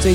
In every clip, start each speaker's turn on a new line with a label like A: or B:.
A: 最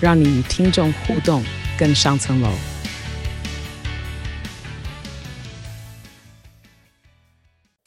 A: 让你与听众互动更上层楼。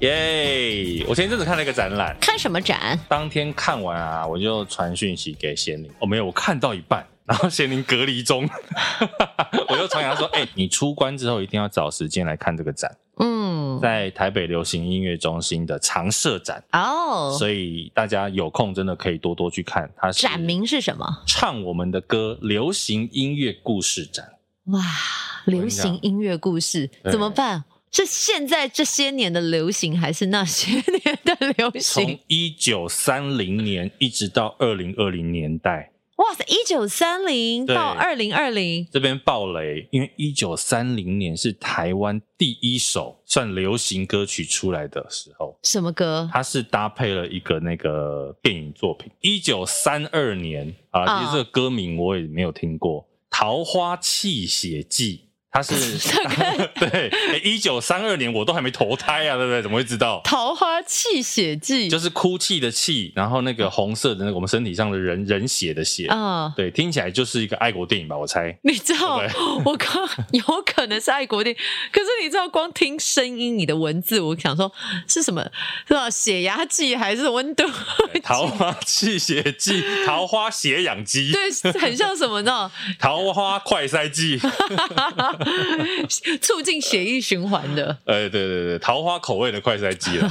B: 耶、我前一阵子看了一个展览，
C: 看什么展？
B: 当天看完啊，我就传讯息给贤玲，哦，没有，我看到一半， 然后贤玲隔离中， 我就传给他说，哎、你出关之后一定要找时间来看这个展，
C: 嗯，
B: 在台北流行音乐中心的常设展，
C: 哦，
B: 所以大家有空真的可以多多去看，它是
C: 展名是什么？
B: 唱我们的歌流行音乐故事展，
C: 哇，流
B: 跟你讲
C: 行音乐故事
B: 对
C: 怎么办？是现在这些年的流行，还是那些年的流行
B: 从？一九三零年一直到二零二零年代。
C: 哇塞，一九三零
B: 对
C: 到二零二零，
B: 这边爆雷，因为一九三零年是台湾第一首算流行歌曲出来的时候，
C: 什么歌？
B: 它是搭配了一个那个电影作品。一九三二年啊，
C: 啊
B: 其实这个歌名我也没有听过，桃花泣血记》，它 是 对，哎一九三二年我都还没投胎啊，对不对？怎么会知道？
C: 《桃花泣血记》
B: 就是是哭泣的泣，然后那个红色的那个我们身体上的人人血的血，
C: 啊、
B: 对，听起来就是一个爱国电影吧，我猜。
C: 你知道
B: 对
C: 我刚有可能是爱国电影，可是你知道光听声音，你的文字，我想说是什么？是吧？血压计还是温度？
B: 对桃花气血剂、桃花血氧机、
C: 对，很像什么呢？
B: 桃花快塞剂，
C: 促进血液循环的。
B: 哎，对对对，桃花口味的快塞剂了。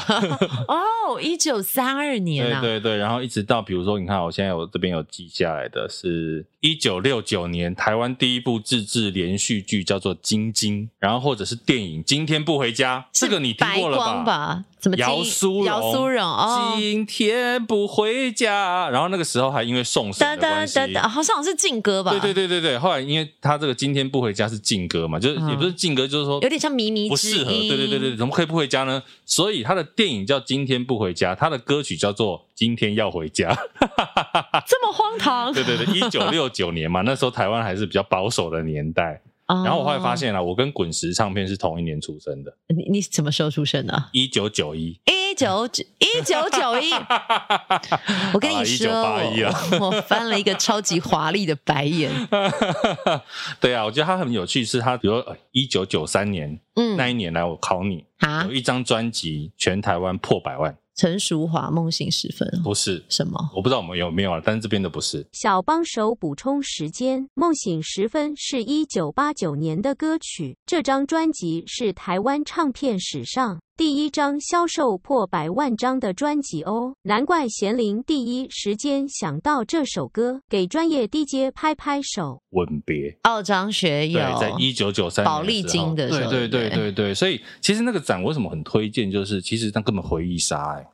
C: 哦，一九三二年
B: 对
C: 啊，
B: 对对，然后一直到比如说，你看我现在有这边有记下来的是，一九六九年台湾第一部自制连续剧叫做《晶晶》，然后或者是电影《今天不回家》，
C: 是
B: 这个你听过了
C: 白光
B: 吧？
C: 吧？什么金
B: 姚苏
C: 姚苏荣哦，
B: 今天不回家。然后那个时候还因为送审
C: 哒
B: 的
C: 哒
B: 关系，
C: 哒哒，好像是劲歌吧？
B: 对对对对对，后来因为他这个今天不回家是禁歌嘛，就是、
C: 嗯
B: 也不是禁歌，就是说
C: 有点像靡靡
B: 不
C: 之
B: 适
C: 音。
B: 合。对对对对，怎么可以不回家呢？所以他的电影叫《今天不回家》，他的歌曲叫做《今天要回 家》。
C: 这么荒唐。
B: 对对对，一九六九年嘛，那时候台湾还是比较保守的年代。
C: 哦
B: 然后我后来发，现了，我跟滚石唱片是同一年出生的，
C: 你你什么时候出生的？
B: 一九九一。
C: 一九九一九九一，我跟你说，
B: 啊1981啊
C: 我我翻了一个超级华丽的白 眼。
B: 对啊，我觉得他很有趣，是他比如呃一九九三年
C: 嗯
B: 那一年来，我考你，
C: 啊
B: 有，一张专辑全台湾破百万，
C: 陈淑华梦醒时分，
B: 不是。
C: 什么？
B: 我不知道我们有没有啊，但是这边的不是，
D: 小帮手补充时间，《梦醒时分》是一九八九年的歌曲，这张专辑是台湾唱片史上第一张销售破百万张的专辑哦，难怪贤玲第一时间想到这首歌，给专业 DJ 拍拍手。
B: 吻别。
C: 哦，张学友
B: 对，在一九九三
C: 宝丽金的时候
B: 对对
C: 对
B: 对对对，所以其实那个展为什么很推荐，就是其实它根本回忆杀、哎，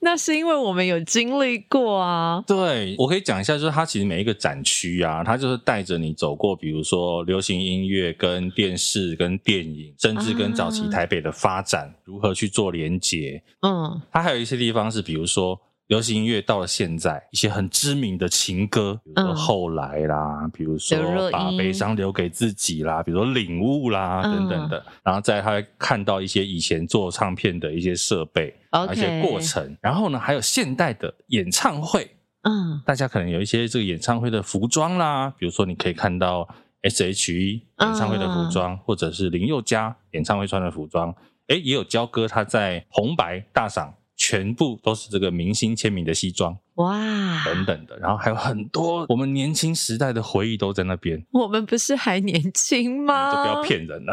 C: 那是因为我们有经历过啊。
B: 对我可以讲一下，就是它其实每一个展区啊，它就是带着你走过，比如说流行音乐、跟电视、跟电影，甚至跟早期
C: 啊
B: 台北的发展、如何去做连接，
C: 嗯，
B: 它还有一些地方是，比如说流行音乐到了现在，一些很知名的情歌，比如说
C: 嗯
B: 后来啦，比如说
C: 刘若英
B: 把悲伤留给自己啦，比如说领悟啦、
C: 嗯
B: 等等的，然后再他会看到一些以前做唱片的一些设备，啊
C: OK
B: 一些过程，然后呢，还有现代的演唱会，
C: 嗯
B: 大家可能有一些这个演唱会的服装啦，比如说你可以看到 S.H.E 演唱会的服装，或者是林宥嘉演唱会穿的服装。诶，也有焦哥他在红白大赏全部都是这个明星签名的西装
C: 哇，
B: 等等的，然后还有很多我们年轻时代的回忆都在那边，
C: 我们不是还年轻
B: 嗯
C: 吗？
B: 就不要骗人了。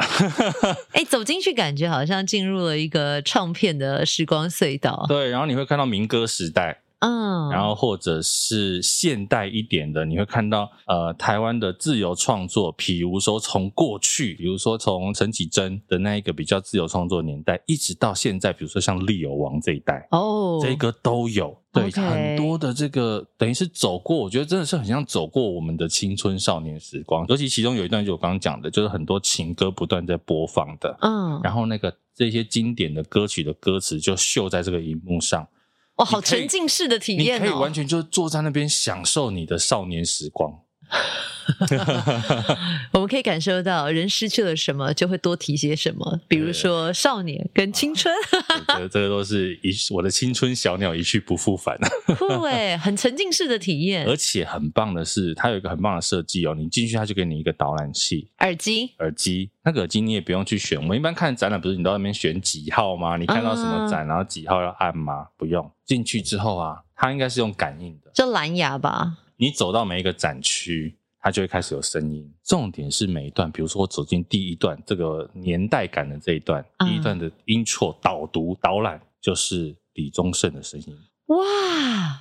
C: 哎，走进去感觉好像进入了一个唱片的时光隧道。
B: 对，然后你会看到民歌时代，
C: 嗯，
B: 然后或者是现代一点的，你会看到呃台湾的自由创作，比如说从过去，比如说从陈绮贞的那一个比较自由创作年代，一直到现在，比如说像力友王这一代，
C: 哦，
B: 这个都有。对
C: OK
B: 很多的这个等于是走过，我觉得真的是很像走过我们的青春少年时光。尤其其中有一段就我刚刚讲的，就是很多情歌不断在播放的，
C: 嗯，
B: 然后那个这些经典的歌曲的歌词就秀在这个荧幕上。
C: 哇，好
B: 你可以
C: 沉浸式的体
B: 你
C: 验
B: 可以
C: 哦
B: 完。全就是坐在那边享受你的少年时光。
C: 我们可以感受到人失去了什么，就会多提些什么，比如说少年跟青 春，
B: 我觉 得这个都是一我的青春小鸟一去不复返。啊
C: 酷哎，很沉浸式的体验
B: 而。且很棒的是，它有一个很棒的设计哦，你进去它就给你一个导览器。
C: 耳机，
B: 耳机，那个耳机你也不用去选。我们一般看展览，不是你到那边选几号吗？你看到什
C: 啊
B: 么展，然后几号要按吗？不用，进去之后啊，它应该是用感应的。
C: 这蓝牙吧，
B: 你走到每一个展区，它就会开始有声音。重点是每一段，比如说我走进第一段这个年代感的这一段，
C: 嗯
B: 第一段的 intro 导读导览就是李宗盛的声音，
C: 哇，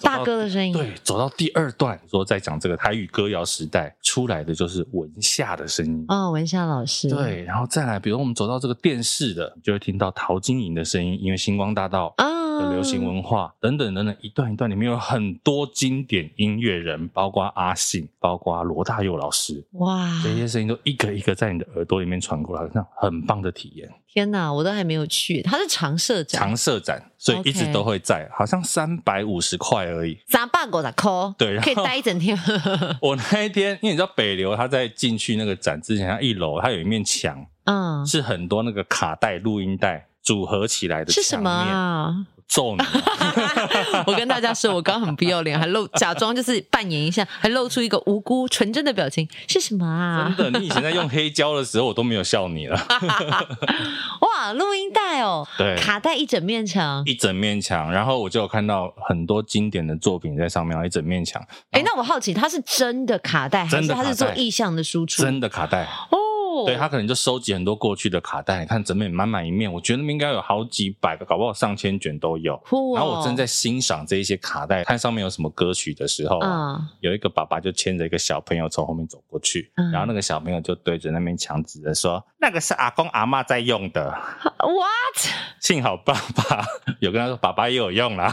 C: 大哥的声音，
B: 对，走到第二段说在讲这个台语歌谣时代出来的就是文夏的声音。
C: 哦，文夏老师，，
B: 对，然后再来，比如我们走到这个电视的，你就会听到陶晶莹的声音，因为星光大道
C: 啊，
B: 的流行文化等等等等，一段一段里面有很多经典音乐人，包括阿信，包括罗大佑老师，
C: 哇，
B: 这些声音都一个一个在你的耳朵里面传过来，那很棒的体验。
C: 天哪，我都还没有去，它是常设展，
B: 常设展，所以一直
C: OK
B: 都会在，好像三百五十块而已。
C: 三百五十块，
B: 对然后
C: 可以待一整天。
B: 我那一天，因为你知道北流，他在进去那个展之前，他一楼它有一面墙，
C: 嗯，
B: 是很多那个卡带、录音带组合起来的
C: 是什
B: 墙
C: 么
B: 面。
C: 啊？
B: 揍你啊！
C: 我跟大家说，我刚刚很不要脸，还露假装就是扮演一下，还露出一个无辜纯真的表情，是什么啊？
B: 真的，你以前在用黑胶的时候，我都没有笑你 了。
C: 哇，录音带哦，
B: 对，
C: 卡带一整面墙。
B: 一整面墙，然后我就有看到很多经典的作品在上面，然后一整面墙
C: 哎，那我好奇，它是真的卡带，还
B: 真
C: 是
B: 的
C: 它
B: 卡带
C: 是做意向的输出？
B: 真的卡带，
C: 哦，
B: 对他可能就收集很多过去的卡带，你看整面满满一面，我觉得那边应该有好几百个，搞不好上千卷都有。
C: 酷哦。
B: 然后我正在欣赏这一些卡带，看上面有什么歌曲的时候啊、
C: 嗯，
B: 有一个爸爸就牵着一个小朋友从后面走过去，
C: 嗯
B: 然后那个小朋友就对着那面墙指着说：“那个是阿公阿妈在用的。”
C: what？
B: 幸好爸爸 有跟他说，爸爸也有用啦。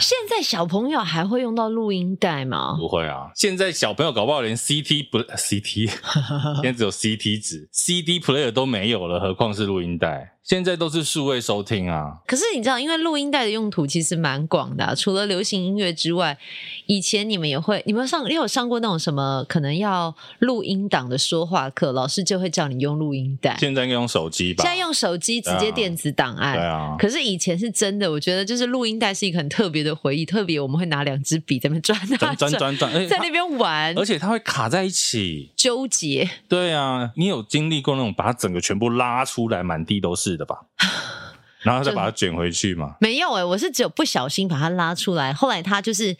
C: 现在小朋友还会用到录音带吗？
B: 不会啊，现在小朋友搞不好连 CT 不 CT，现在只有 CT 值，CD player 都没有了，何况是录音带？现在都是数位收听啊。
C: 可是你知道，因为录音带的用途其实蛮广的啊、除了流行音乐之外，以前你们也会，你们有上也有上过那种什么可能要录音档的说话课，老师就会叫你用录音带。现
B: 现在应该用手机吧？
C: 在用手机直
B: 对
C: 接
B: 啊
C: 电子档案。
B: 对啊。
C: 可是以前是真的，我觉得就是录音带是一个很特别的回忆，特别我们会拿两支笔在那边转啊
B: 转转转转，而且
C: 在
B: 它
C: 那边玩
B: 而且它会卡在一起。
C: 纠结。
B: 对啊，你有经历过那种把它整个全部拉出来，满地都是的 吧？然后再把它卷回去嘛？
C: 没有哎、我是只有不小心把它拉出来，后来它就是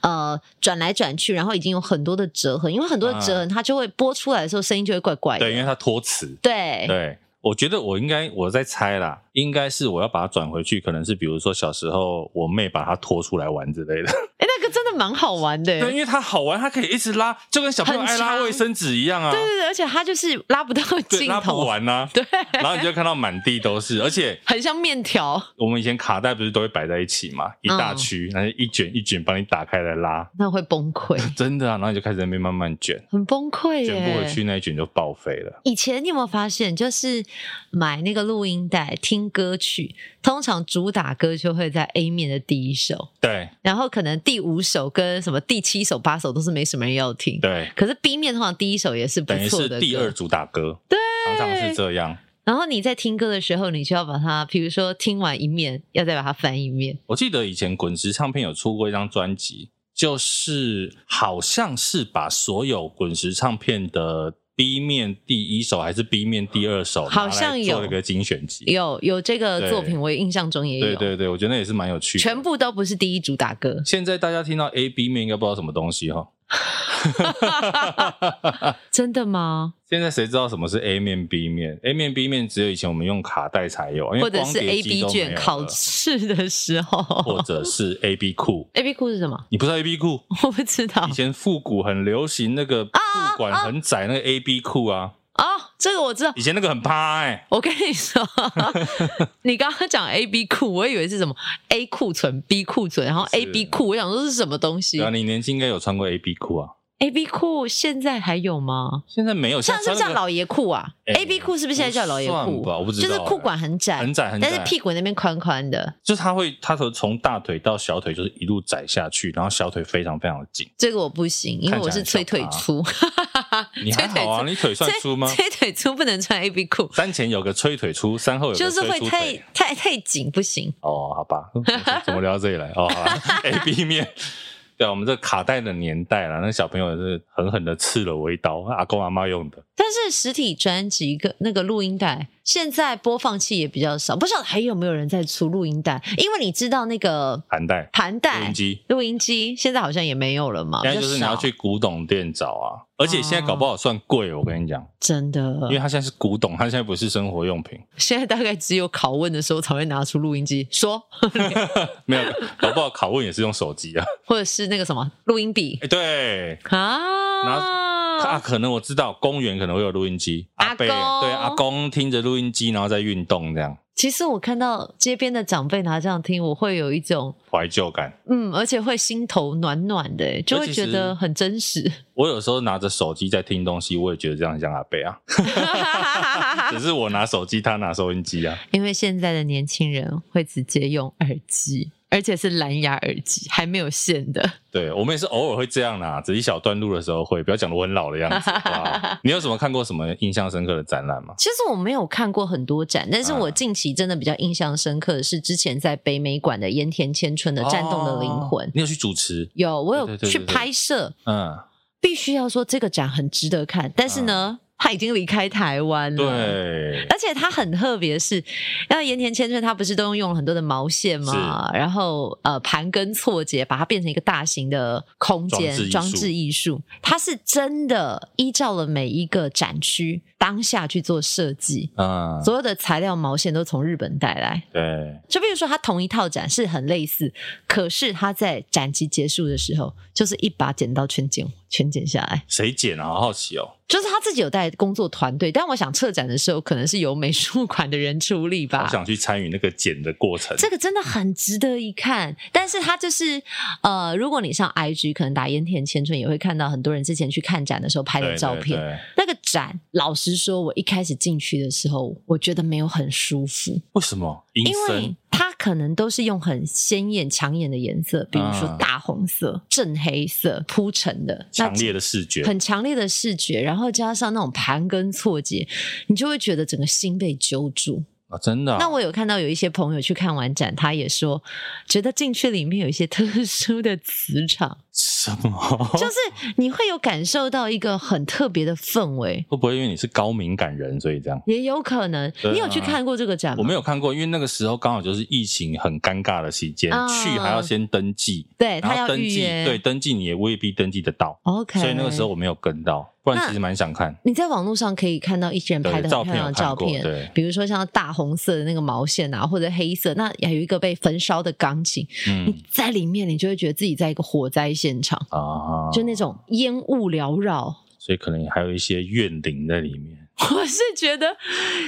C: 呃转来转去，然后已经有很多的折痕，因为很多的折痕它就会播出来的时候声音就会怪怪的。
B: 对，因为它托词。
C: 对
B: 对，我觉得我应该我在猜啦，应该是我要把它转回去，可能是比如说小时候我妹把它拖出来玩之类的。
C: 哎、那个真的
E: 蛮好玩的欸。
B: 对，因为它好玩，它可以一直拉，就跟小朋友
E: 很
B: 爱拉
E: 长
B: 卫生纸一样啊，
E: 对对对，而且它就是拉不到
B: 对，
E: 尽
B: 拉不
E: 头，
B: 完呐、
E: 对，
B: 然后你就会看到满地都是，而且
E: 很像面条。
B: 我们以前卡带不是都会摆在一起嘛，一大区，然后一卷一卷帮你打开来拉，
E: 那会崩溃，
B: 真的啊，然后你就开始在那边慢慢卷，
E: 很崩溃耶。
B: 卷不回去那一卷就报废了。
C: 以前你有没有发现，就是买那个录音带听歌曲，通常主打歌就会在 A 面的第一首，
B: 对
C: 然后可能第五首跟什么第七首、八首都是没什么人要听。
B: 对，
C: 可是 B 面通常第一首也是不
B: 等于
C: 错
B: 是
C: 的
B: 第二
C: 歌，
B: 主打歌，对，常常是这样。
C: 然后你在听歌的时候，你就要把它，比如说听完一面，要再把它翻一面。
B: 我记得以前滚石唱片有出过一张专辑，就是好像是把所有滚石唱片的 B 面第一首还是 B 面第二首，
C: 好像有
B: 做了一个精选集。
C: 有有这个
B: 对
C: 作品，我印象中也有，
B: 对对对，我觉得那也是蛮有趣的。
C: 全部都不是第一主打歌。
B: 现在大家听到 A B 面应该不知道什么东西哈。
C: 真的吗？
B: 现在谁知道什么是 A 面 B 面？A 面 B 面只有以前我们用卡带才有，因
C: 或
B: 为
C: 者
B: 光
C: 是
B: 碟
C: A
B: 机
C: B
B: 都没有
C: 卷
B: 了
C: 考试的时
B: 或
C: 候
B: 者是 A B 裤。
C: ，A B 裤是什么？
B: 你不知道 A B 裤？
C: 我不知道
B: 以前复古很流行那个裤管很窄那个 A B 裤啊，
C: 哦，这个我知道。
B: 以前那个很趴哎、
C: 我跟你说， 你刚刚讲 A B 库，我以为是什么 A 库存、B 库存，然后
B: 是
C: A B 库，我想说是什么东西
B: 对啊，你年轻应该有穿过 A B 裤啊，
C: ？A B 库现在还有吗？
B: 现在没有，
C: 像是
B: 现在
C: 不是
B: 穿那
C: 叫
B: 个
C: 老爷裤啊
B: 哎
C: ？A B 库是不是现在叫老爷
B: 不
C: 裤？
B: 算吧我不知道哎
C: 就是裤管很窄，
B: 很窄很窄，
C: 但是屁股那边宽宽的。
B: 就是它会，它从从大腿到小腿就是一路窄下去，然后小腿非常非常的紧。
C: 这个我不行，因为我是催腿粗。
B: 你还好啊，你腿算粗吗？
C: 催腿粗不能穿 A B 裤，
B: 三前有个吹腿粗，三后有
C: 就
B: 个
C: 是
B: 吹
C: 会
B: 粗
C: 太
B: 腿。
C: 太太紧，不行。
B: 哦，好 吧，嗯怎么聊到这里来？哦，好了，A B 面。对啊，我们这卡带的年代了，那小朋友是狠狠的刺了我一刀，阿公阿妈用的。
C: 但是实体专辑跟那个录音带，现在播放器也比较少，不知道还有没有人在出录音带？因为你知道那个
B: 盘带、
C: 盘
B: 录
C: 带
B: 音、机，
C: 录音机，现在好像也没有了嘛。
B: 现在就是你要去
C: 比较少，
B: 古董店找啊，而且现在搞不好算贵，我跟你讲，
C: 真
B: 因为
C: 的，
B: 它现在是古董，它现在不是生活用品，
C: 现在大概只有拷问的时候才会拿出录音机说，
B: 没有，搞不好拷问也是用手机啊。
C: 或者是那个什么录音笔
B: 哎，对，啊，
C: 啊。
B: 可能我知道，公园可能会有录音机，
C: 阿
B: 伯
C: 公
B: 对阿公听着录音机，然后在运动这样，
C: 其实我看到街边的长辈拿这样听，我会有一种
B: 怀旧感。
C: 嗯，而且会心头暖暖的，欸就会
B: 其实
C: 觉得很真实。
B: 我有时候拿着手机在听东西，我也觉得这样很像阿贝啊，
C: 啊
B: 只是我拿手机，他拿收音机啊。
C: 因为现在的年轻人会直接用耳机，而且是蓝牙耳机，还没有线的。
B: 对我们也是偶尔会这样啦，只是一小段路的时候会，不要讲的我很老的样子。好不 好你有什么看过什么印象深刻的展览吗？
C: 其实我没有看过很多展，但是我近期真的比较印象深刻的是之前在北美馆的盐田千春的《战斗的灵魂》
B: 哦你有去主持？
C: 有我
B: 对
C: 有
B: 对对
C: 去
B: 对对
C: 拍摄，
B: 嗯，
C: 必须要说这个展很值得看，但是呢，他已经离开台湾了。。
B: 对，
C: 而且它很特别是，然后盐田千春它不是都用了很多的毛线嘛，然后呃盘根错节，把它变成一个大型的空间
B: 装
C: 装
B: 置艺术
C: 置艺术，它是真的依照了每一个展区当下去做设计。
B: 嗯，
C: 所有的材料毛线都从日本带来，
B: 对，
C: 就比如说它同一套展是很类似，可是它在展期结束的时候，就是一把剪刀全剪全剪下来，
B: 谁剪啊？好好奇哦。
C: 就是他自己有带工作团队，但我想策展的时候，可能是由美术馆的人出力
B: 好
C: 吧。
B: 想去参与那个剪的过 程。
C: 啊这个真的很值得一看，但是它就是呃，如果你上 IG，可能打盐田千春也会看到很多人之前去看展的时候拍
B: 对
C: 的照
B: 对
C: 片。
B: 对
C: 那个展，老实说，我一开始进去的时候，我觉得没有很舒服，
B: 为什么？因
C: 因为它可能都是用很鲜艳、抢眼的颜色，比如说
B: 啊
C: 大红色、正黑色铺陈的，那
B: 强烈的视觉，
C: 很强烈的视觉，然后加上那种盘根错节，你就会觉得整个心被揪住。
B: 啊，真的啊、
C: 那我有看到有一些朋友去看完展，他也说觉得进去里面有一些特殊的磁场，
B: 什么？
C: 就是你会有感受到一个很特别的氛围，
B: 会不会因为你是高敏感人，所以这样？
C: 也有可能。
B: 对啊
C: 你有去看过这个展吗？
B: 我没有看过，因为那个时候刚好就是疫情很尴尬的期间，
C: 啊
B: 去还要先登记，
C: 对
B: 然
C: 哎他
B: 后
C: 要
B: 登
C: 预
B: 记，
C: 约，
B: 对，登记你也未必登记得到，
C: ，OK。
B: 所以那个时候我没有跟到，不然
C: 那
B: 其实蛮想看。
C: 你在网络上可以看到一些人
B: 对
C: 拍的
B: 照
C: 很漂
B: 片有
C: 亮的照
B: 看过
C: 片，
B: 对
C: 比如说像大红色的那个毛线啊，或者黑色，那还有一个被焚烧的钢琴，
B: 嗯
C: 你，在里面，你就会觉得自己在一个火灾现场，
B: 啊，
C: 就那种烟雾缭绕。
B: 所以可能还有一些怨灵在里面。
C: 我是觉得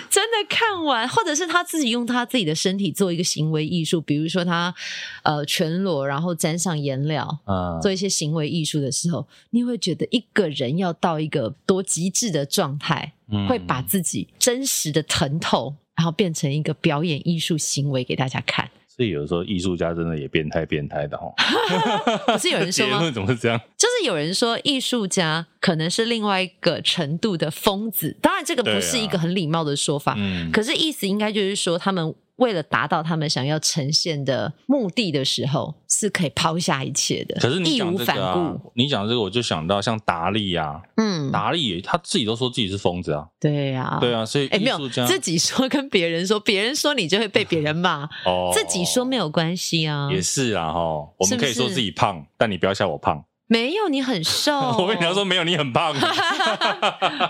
C: 真的看完，或者是他自己用他自己的身体做一个行为艺术，比如说他呃全裸，然后沾上颜料。
B: 啊，
C: 做一些行为艺术的时候，你会觉得一个人要到一个多极致的状态，
B: 嗯
C: 会把自己真实的疼痛，然后变成一个表演艺术行为给大家 看。
B: 所以有时候艺术家真的也变态变态的哦。
C: 不是有人说
B: 结
C: 吗啊
B: 论怎么是这样？
C: 就是有人说，艺术家可能是另外一个程度的疯子。当然，这个不是一个很礼貌的说法，
B: 嗯，
C: 可是意思应该就是说，他们为了达到他们想要呈现的目的的时候，是可以抛下一切的，
B: 可是你
C: 义
B: 讲
C: 无
B: 这
C: 反
B: 个啊
C: 顾。，
B: 你讲这个我就想到像达利啊，
C: 嗯，
B: 达利也他自己都说自己是疯子啊，
C: 对呀、
B: 对。啊，所以
C: 哎，
B: 艺
C: 没有
B: 术家
C: 自己说跟别人说，别人说你就会被别人骂，
B: 哦
C: 自己说没有关系啊，
B: 也是啊哈，我
C: 是
B: 们
C: 不
B: 可以说
C: 是哦
B: 自己胖，但你不要笑我胖。。
C: 没有你很瘦
B: 我跟你要说，没有你很胖。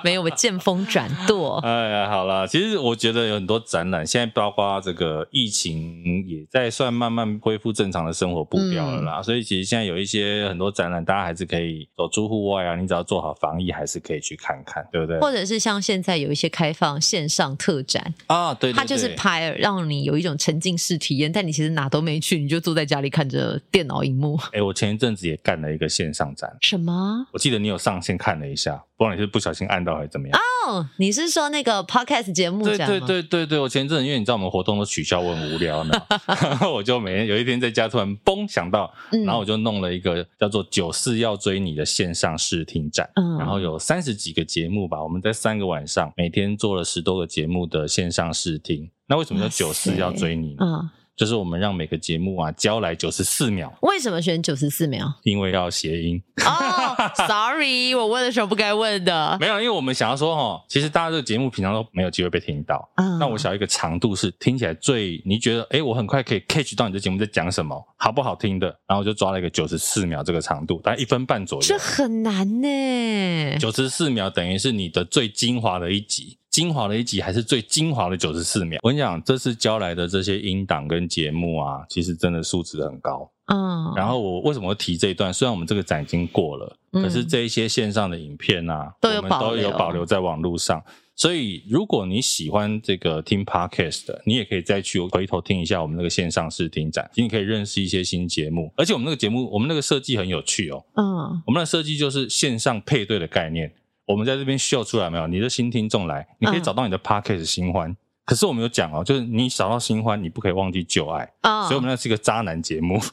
C: 没有，我见风转舵。
B: 哎呀，好啦，其实我觉得有很多展览，现在包括这个疫情也在算慢慢恢复正常的生活步调了啦，所以其实现在有一些很多展览，大家还是可以走出户外啊，你只要做好防疫，还是可以去看看，对不 对？
C: 或者是像现在有一些开放线上特展，
B: 啊，对对对，
C: 它就是拍让你有一种沉浸式体验，但你其实哪都没去，你就坐在家里看着电脑荧幕。
B: 哎、我前一阵子也干了一个线上展，
C: 什么？
B: 我记得你有上线看了一下，不知道你是不小心按到还是怎么样。
C: 哦，你是说那个 podcast 节目
B: 对
C: 展吗？
B: 对对对对，我前阵子因为你知道我们活动都取消，我很无聊呢，然后 我就每天有一天在家突然嘣想到，
C: 嗯
B: 然后我就弄了一个叫做“九四要追你”的线上试听展，
C: 嗯
B: 然后有三十几个节目吧，我们在三个晚上每天做了十多个节目的线上试听。那为什么叫“九
C: 哇塞
B: 四要追你”呢？
C: 嗯，
B: 就是我们让每个节目啊交来九十四秒，
C: 为什么选九十四 秒？
B: 因为要谐音。
C: 哦、s o r r y 我问了什么不该问的。
B: 没有，因为我们想要说哦，其实大家这个节目平常都没有机会被听到，
C: 嗯
B: 那我想要一个长度是听起来最你觉得，哎、我很快可以 catch 到你的节目在讲什么，好不好听的。然后我就抓了一个九十四秒这个长度，大概一分半左右。
C: 这很难呢。
B: 九十四秒等于是你的最精华的一集，精华的一集还是最精华的九十四秒。我跟你讲，这次交来的这些音档跟节目啊，其实真的素质很高。
C: 嗯，
B: 然后我为什么会提这一段？虽然我们这个展已经过了，
C: 嗯
B: 可是这一些线上的影片啊，
C: 都有
B: 我们
C: 保
B: 都有
C: 留
B: 保留在网络上。所以，如果你喜欢这个听 podcast 的，你也可以再去回头听一下我们那个线上试听展，你可以认识一些新节目。而且我们那个节目，我们那个设计很有趣哦。
C: 嗯，
B: 我们的设计就是线上配对的概念。我们在这边秀出来没有？你的新听众来，你可以
C: 嗯
B: 找到你的 podcast 新欢。可是我们有讲哦，就是你找到新欢，你不可以忘记旧爱。
C: 嗯
B: 所以我们那是一个渣男节目。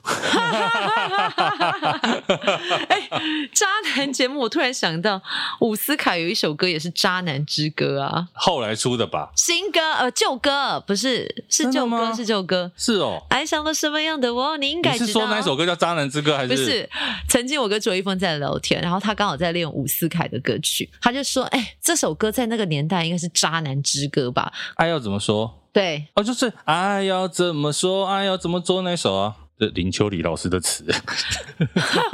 C: 哎，渣男节目，我突然想到，伍思凯有一首歌也是《渣男之歌》啊，
B: 后来出的吧？
C: 新歌呃旧歌不是是
B: 真的
C: 旧
B: 吗
C: 歌是旧歌，
B: 是哦，
C: 爱上了什么样的我，你应
B: 你
C: 该
B: 是
C: 知
B: 说
C: 道。
B: 那首歌叫《渣男之歌》还
C: 不是，曾经我跟卓一峰在聊天，然后他刚好在练伍思凯的歌曲，他就说：“哎、这首歌在那个年代应该是渣男之歌吧
B: 爱要怎么说？”
C: 对，
B: 哦，就是爱要怎么说，爱要怎么做那首啊？这林秋离老师的词。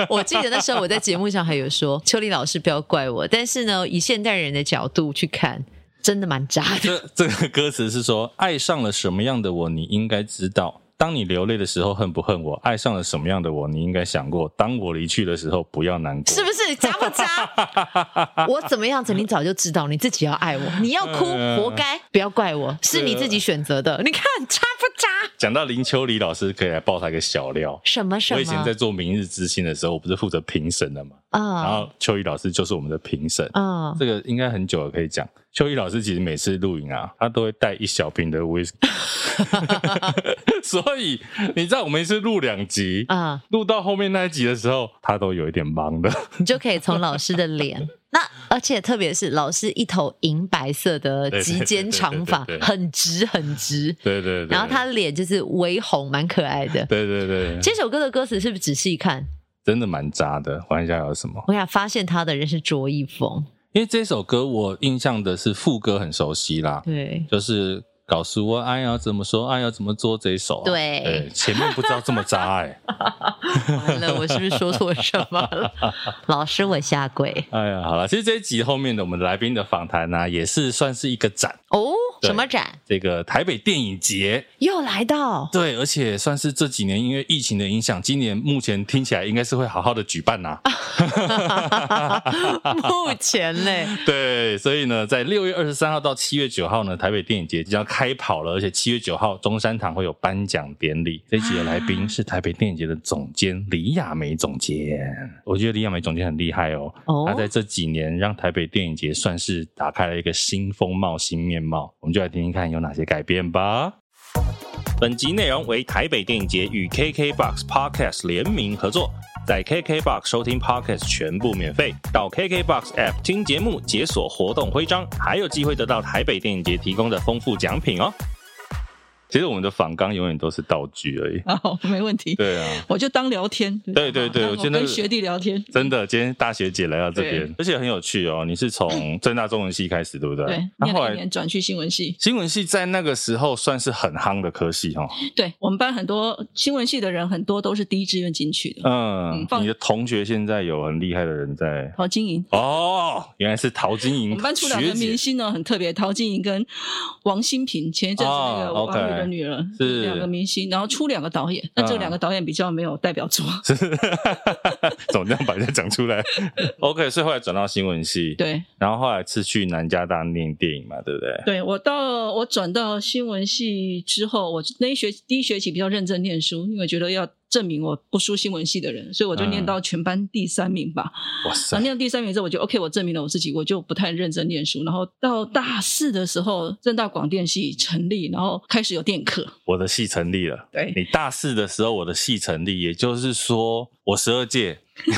C: 我记得那时候我在节目上还有说：“ 秋丽老师不要怪我。”但是呢，以现代人的角度去看，真的蛮渣的。
B: 这这个歌词是说，爱上了什么样的我，你应该知道。当你流泪的时候，恨不恨我？爱上了什么样的我，你应该想过。当我离去的时候，不要难过。
C: 是不是渣不渣？ 我怎么样子，你早就知道，你自己要爱我，你要哭，
B: 嗯
C: 活该，不要怪我，是你自己选择的。你看渣不渣？
B: 讲到林秋离老师，可以来爆他一个小料。
C: 什么什
B: 我
C: 么？
B: 以前在做《明日之星》的时候，我不是负责评审的嘛，然
C: 啊
B: 后秋怡老师就是我们的评审。
C: 啊
B: 这个应该很久了，可以讲。秋怡老师其实每次录影啊，他都会带一小瓶的威 士忌， 所以你知道我们一次录两集，
C: 啊！
B: 录到后面那一集的时候，他都有一点忙 的。
C: 你就可以从老师 的脸，那而且特别是老师一头银白色的
B: 对对
C: 及肩长发
B: 对对对对，对
C: 很直很直，
B: 对对对，
C: 然后他脸就是微红，蛮可爱的。
B: 对对对，
C: 这首歌的歌词是不是仔细看？
B: 真的蛮渣的。玩一下有什么？
C: 我想发现他的人是卓一峰，
B: 因为这首歌我印象的是副歌很熟悉啦，
C: 对，
B: 就是。告诉我爱要怎么说，爱要怎么做这一首、啊。
E: 对
B: 哎前面不知道这么渣哎、
E: 完了，我是不是说错什么了？老师，我下跪
B: 哎呀，好了，其实这一集后面的我们来宾的访谈呢、也是算是一个展，
E: 哦。
B: 对
E: 什么展
B: 这个台北电影节，
E: 又来 到？
B: 对，而且算是这几年因为疫情的影响，今年目前听起来应该是会好好的举办啊呐、
E: 目前嘞，
B: 对，所以呢，在六月二十三号到七月九号呢，台北电影节即将开跑了，而且七月九号中山堂会有颁奖典礼。这一集的来宾是台北电影节的总监李亚梅总监，我觉得李亚梅总监很厉害哦，
E: 哦
B: 她在这几年让台北电影节算是打开了一个新风貌、新面貌。我们就来听听看有哪些改变吧。本集内容为台北电影节与 KKBOX Podcast 联名合作，在 KKBOX 收听 Podcast 全部免费，到 KKBOX App 听节目解锁活动徽章，还有机会得到台北电影节提供的丰富奖品哦。其实我们的访纲永远都是道具而 已。
F: 好，没问题。
B: 对啊，
F: 我就当聊天。
B: 对对对
F: 当
B: 我觉得
F: 跟学弟聊天。
B: 真的，今天大学姐来到这边
F: 对，
B: 而且很有趣哦。你是 从正大中文系开始，对不对？
F: 对，
B: 那
F: 念
B: 后
F: 了一
B: 来
F: 年转去新闻系。
B: 新闻系在那个时候算是很夯的科系 哦。
F: 对我们班很多新闻系的人，很多都是第一志愿进去的，
B: 嗯
F: 嗯，放
B: 你的同学现在有很厉害的人在
F: 陶晶莹。
B: 哦，原来是陶晶莹
F: 我们班出两
B: 学
F: 个
B: 姐
F: 明星呢，很特别，陶晶莹跟王心平，前一阵子
B: 哦
F: 那个王宇
B: ，OK
F: 的女儿，
B: 是
F: 两个明星，然后出两个导演，那这
B: 嗯
F: 两个导演比较没有代表作。
B: 是， 怎么这样把人家讲出来？OK，所以后来转到新闻系，，
F: 对，
B: 然后后来是去南加大念电影嘛，对不对？
F: 对我到我转到新闻系之后，我那一学第一学期比较认真念书，因为觉得要证明我不输新闻系的人，所以我就念
B: 嗯
F: 到全班第三名吧。
B: 哇
F: 然
B: 塞
F: 啊后，念到第三名之后，我就 OK，我证明了我自己，我就不太认真念书。然后到大四的时候，正大广电系成立，然后开始有电影课。
B: 我的系成立了。
F: 对
B: 你大四的时候，我的系成立，也就是说我十二届，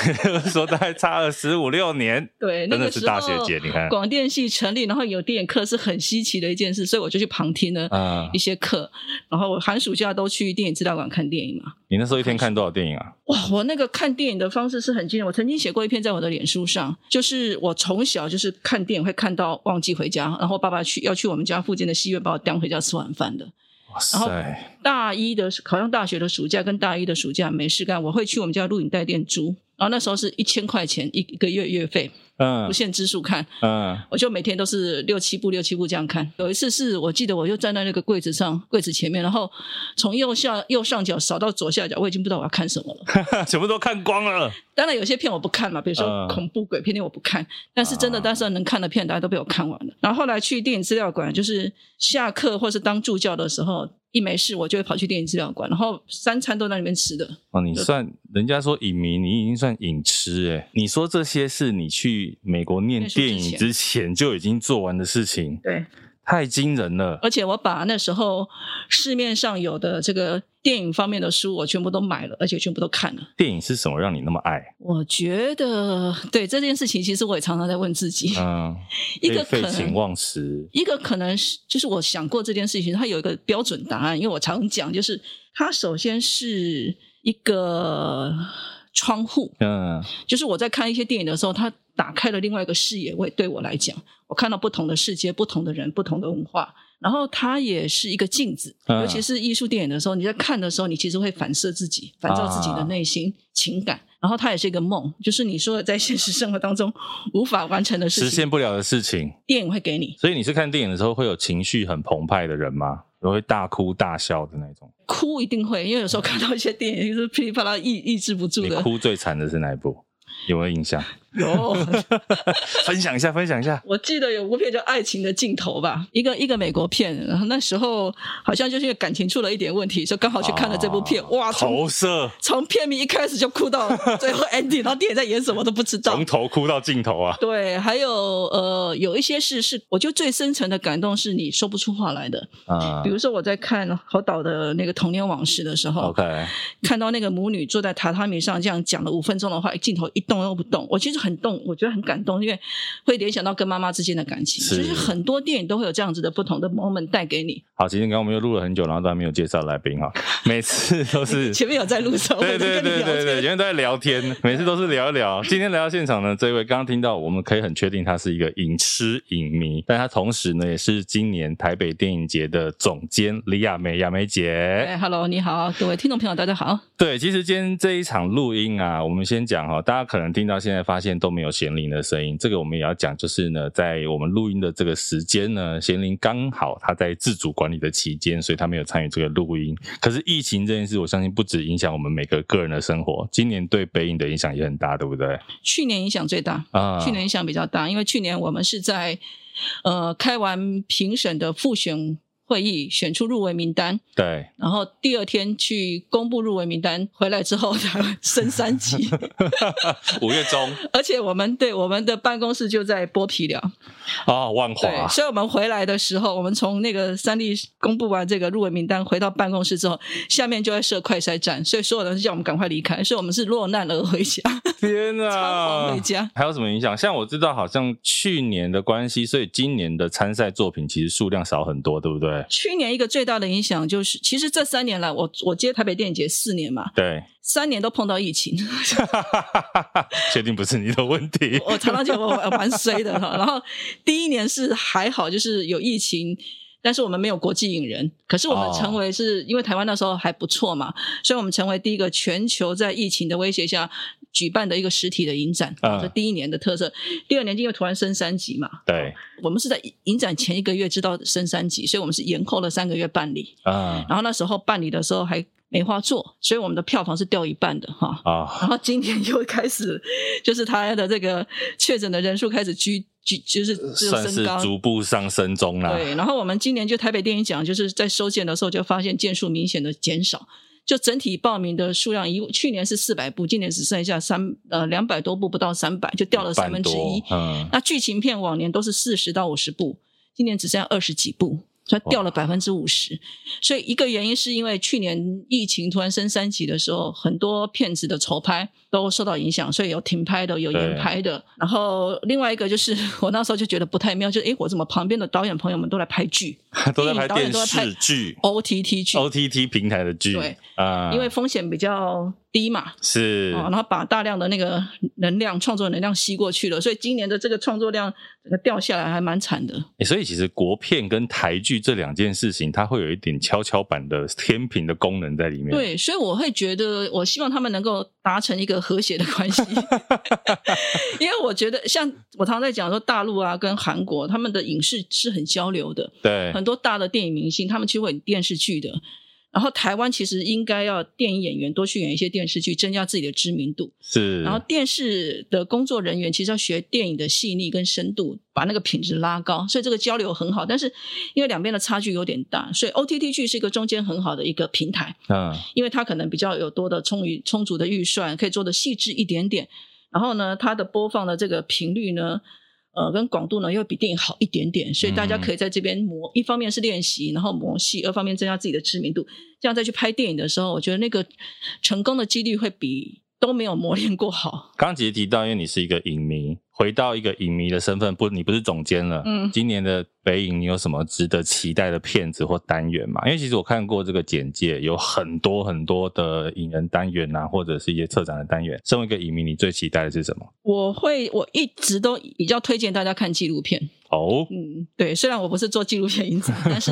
B: 说大概差了十五六年，
F: 对，那
B: 真
F: 个
B: 的是
F: 时
B: 大
F: 候
B: 学姐，你看，
F: 广电系成立，然后有电影课是很稀奇的一件事，所以我就去旁听了
B: 嗯
F: 一，些课。然后我寒暑假都去电影资料馆看电影嘛。
B: 你那时候一天看多少电影啊？
F: 哇，我那个看电影的方式是很惊人。我曾经写过一篇在我的脸书上，就是我从小就是看电影会看到忘记回家，然后爸爸去要去我们家附近的戏院把我当回家吃晚饭的。
B: 哇
F: 然后
B: 塞，
F: 大一的考上大学的暑假跟大一的暑假没事干，我会去我们家录影带店租，然后那时候是一千块钱一一个月月费，
B: 嗯
F: 不限支数看，
B: 嗯，
F: 我就每天都是六七部六七部这样看。有一次是我记得我就站在那个柜子上，柜子前面，然后从右下右上角扫到左下角，我已经不知道我要看什么了。
B: 全部都看光了。
F: 当然有些片我不看嘛，比如
B: 嗯
F: 说恐怖鬼片那我不看，但是真的
B: 啊
F: 当时能看的片大家都被我看完了。然后后来去电影资料馆，就是下课或是当助教的时候，一没事我就会跑去电影资料馆，然后三餐都在那边吃的。
B: 哦，你算人家说影迷，你已经算影痴哎、你说这些是你去美国念
F: 念书之
B: 电影
F: 前
B: 之前就已经做完的事情，
F: 对，
B: 太惊人了。
F: 而且我把那时候市面上有的这个电影方面的书我全部都买了，而且全部都看了。
B: 电影是什么让你那么爱？
F: 我觉得对这件事情，其实我也常常在问自己，
B: 嗯，
F: 一个
B: 废
F: 可能
B: 寝忘食，
F: 一个可能是就是我想过这件事情，它有一个标准答案，因为我常讲，就是它首先是一个窗户，
B: 嗯
F: 就是我在看一些电影的时候，它打开了另外一个视野。为对我来讲，我看到不同的世界、不同的人、不同的文化，然后它也是一个镜子，
B: 嗯
F: 尤其是艺术电影的时候，你在看的时候，你其实会反射自己，反照自己
B: 啊
F: 的内心、情感。然后它也是一个梦，就是你说的在现实生活当中无法完成的事
B: 实
F: 情
B: 现，不了的事情。
F: 电影会给你。
B: 所以你是看电影的时候会有情绪很澎湃的人吗？会大哭大笑的那种？
F: 哭一定会，因为有时候看到一些电影就是噼里啪啦抑抑制不住
B: 你
F: 的。
B: 哭最惨的是哪一部？有没有印象？
F: 有，
B: 分享一下，分享一下。
F: 我记得有部片叫《爱情的尽头》吧，一个一个美国片，然后那时候好像就是因为感情出了一点问题，就刚好去看了这部片，
B: 啊
F: 哇，
B: 投
F: 从
B: 射，
F: 从片名一开始就哭到最后 ending，然后电影在演什么都不知道
B: 从。头哭到尽头啊！
F: 对，还有呃，有一些事是，我觉得最深层的感动是你说不出话来的。
B: 啊
F: 比如说我在看侯导的那个《童年往事》的时候
B: 嗯，OK，
F: 看到那个母女坐在榻榻米上这样讲了五分钟的话，镜头一动都不动，我其实很动，我觉得很感动，因为会联想到跟妈妈之间的感情。
B: 是
F: 就是很多电影都会有这样子的不同的 moment 带给你。
B: 好，其实刚刚我们又录了很久，然后都还没有介绍来宾哈。每次都是
F: 前面有在路 上，
B: 对对
F: 我在跟你
B: 对
F: 聊天
B: 对对，永远都在聊天，每次都是聊一聊。今天来到现场呢，这位刚刚听到，我们可以很确定他是一个影痴影迷，但他同时呢，也是今年台北电影节的总监李亚梅亚梅姐。
F: 哎，Hello，你好，各位听众朋友，大家好。
B: 对，其实今天这一场录音啊，我们先讲哈，大家可能听到现在发现都没有贤玲的声音，这个我们也要讲，就是呢，在我们录音的这个时间呢，贤玲刚好她在自主管理的期间，所以她没有参与这个录音。可是疫情这件事，我相信不止影响我们每个个人的生活，今年对北影的影响也很大，对不对？
F: 去年影响最大，
B: 啊，
F: 去年影响比较大，因为去年我们是在呃开完评审的复选会议，选出入围名单，
B: 对，
F: 然后第二天去公布入围名单，回来之后才升 三级，
B: 五月中
F: 而且我们对我们的办公室就在剥皮寮，
B: 啊，万华
F: 对，所以我们回来的时候，我们从那个三立公布完这个入围名单，回到办公室之后，下面就在设快筛站，所以所有人都叫我们赶快离开，所以我们是落难而回家，
B: 天
F: 仓
B: 啊
F: 皇回！家。
B: 还有什么影响？像我知道，好像去年的关系，所以今年的参赛作品其实数量少很多，对不对？
F: 去年一个最大的影响就是，其实这三年来，我我接台北电影节四年嘛，
B: 对，
F: 三年都碰到疫情，
B: 确定不是你的问题。
F: 我常常觉得我我蛮衰的哈。然后第一年是还好，就是有疫情。但是我们没有国际影人，可是我们
B: 哦
F: 成为是、因为台湾那时候还不错嘛，所以我们成为第一个全球在疫情的威胁下举办的一个实体的影展，
B: 嗯
F: 这、第一年的特色。第二年因为突然升三级嘛，
B: 对，
F: 我们是在影展前一个月知道升三级，所以我们是延后了三个月办理。
B: 啊
F: 然后那时候办理的时候还没话做，所以我们的票房是掉一半的哈。
B: 啊，
F: 然后今年又开始，就是他的这个确诊的人数开始居居，就是只有
B: 呃算
F: 升
B: 是
F: 高。
B: 逐步上升中啦。
F: 对，然后我们今年就台北电影奖，就是在收件的时候就发现件数明显的减少，就整体报名的数量，一去年是四百部，今年只剩下三呃两百多部，不到三百，就掉了三分之一
B: 一。嗯，
F: 那剧情片往年都是四十到五十部，今年只剩下二十几部，所以它掉了百分之五十。所以一个原因是因为去年疫情突然升三级的时候，很多片子的筹拍都受到影响，所以有停拍的，有延拍的。然后另外一个就是我那时候就觉得不太妙，就是诶，我怎么旁边的导演朋友们都来拍剧
B: 都在拍电
F: 电影导演都在拍
B: 视剧、
F: ，OTT 剧，
B: OTT 平台的剧，
F: 对
B: 啊，
F: 因为风险比较低嘛，
B: 是
F: 哦，然后把大量的那个能量、创作能量吸过去了，所以今年的这个创作量整个掉下来还蛮惨的。
B: 欸所以其实国片跟台剧这两件事情，它会有一点跷跷板的天平的功能在里面。，
F: 对，所以我会觉得，我希望他们能够达成一个和谐的关系， 因为我觉得，像我常常在讲说，大陆啊跟韩国他们的影视是很交流的，
B: 对
F: 很多大的电影明星他们其实会演电视剧的。然后台湾其实应该要电影演员多去演一些电视剧，增加自己的知名度。
B: 是。
F: 然后电视的工作人员其实要学电影的细腻跟深度，把那个品质拉高，所以这个交流很好。但是因为两边的差距有点大，所以 OTT 剧是一个中间很好的一个平台，
B: 嗯，
F: 因为它可能比较有多的充裕充足的预算，可以做的细致一点点。然后呢，它的播放的这个频率呢，呃，跟广度呢又比电影好一点点，所以大家
B: 嗯
F: 可以在这边磨，一方面是练习，然后磨戏，二方面增加自己的知名度，这样再去拍电影的时候，我觉得那个成功的几率会比都没有磨练过好。
B: 刚刚其实提到，因为你是一个影迷，回到一个影迷的身份，不，你不是总监了。
F: 嗯
B: 今年的北影，你有什么值得期待的片子或单元吗？因为其实我看过这个简介，有很多很多的影人单元啊，或者是一些策展的单元。身为一个影迷，你最期待的是什么？
F: 我会，我一直都比较推荐大家看纪录片。
B: 哦，
F: 嗯，对，虽然我不是做纪录片 影展，但是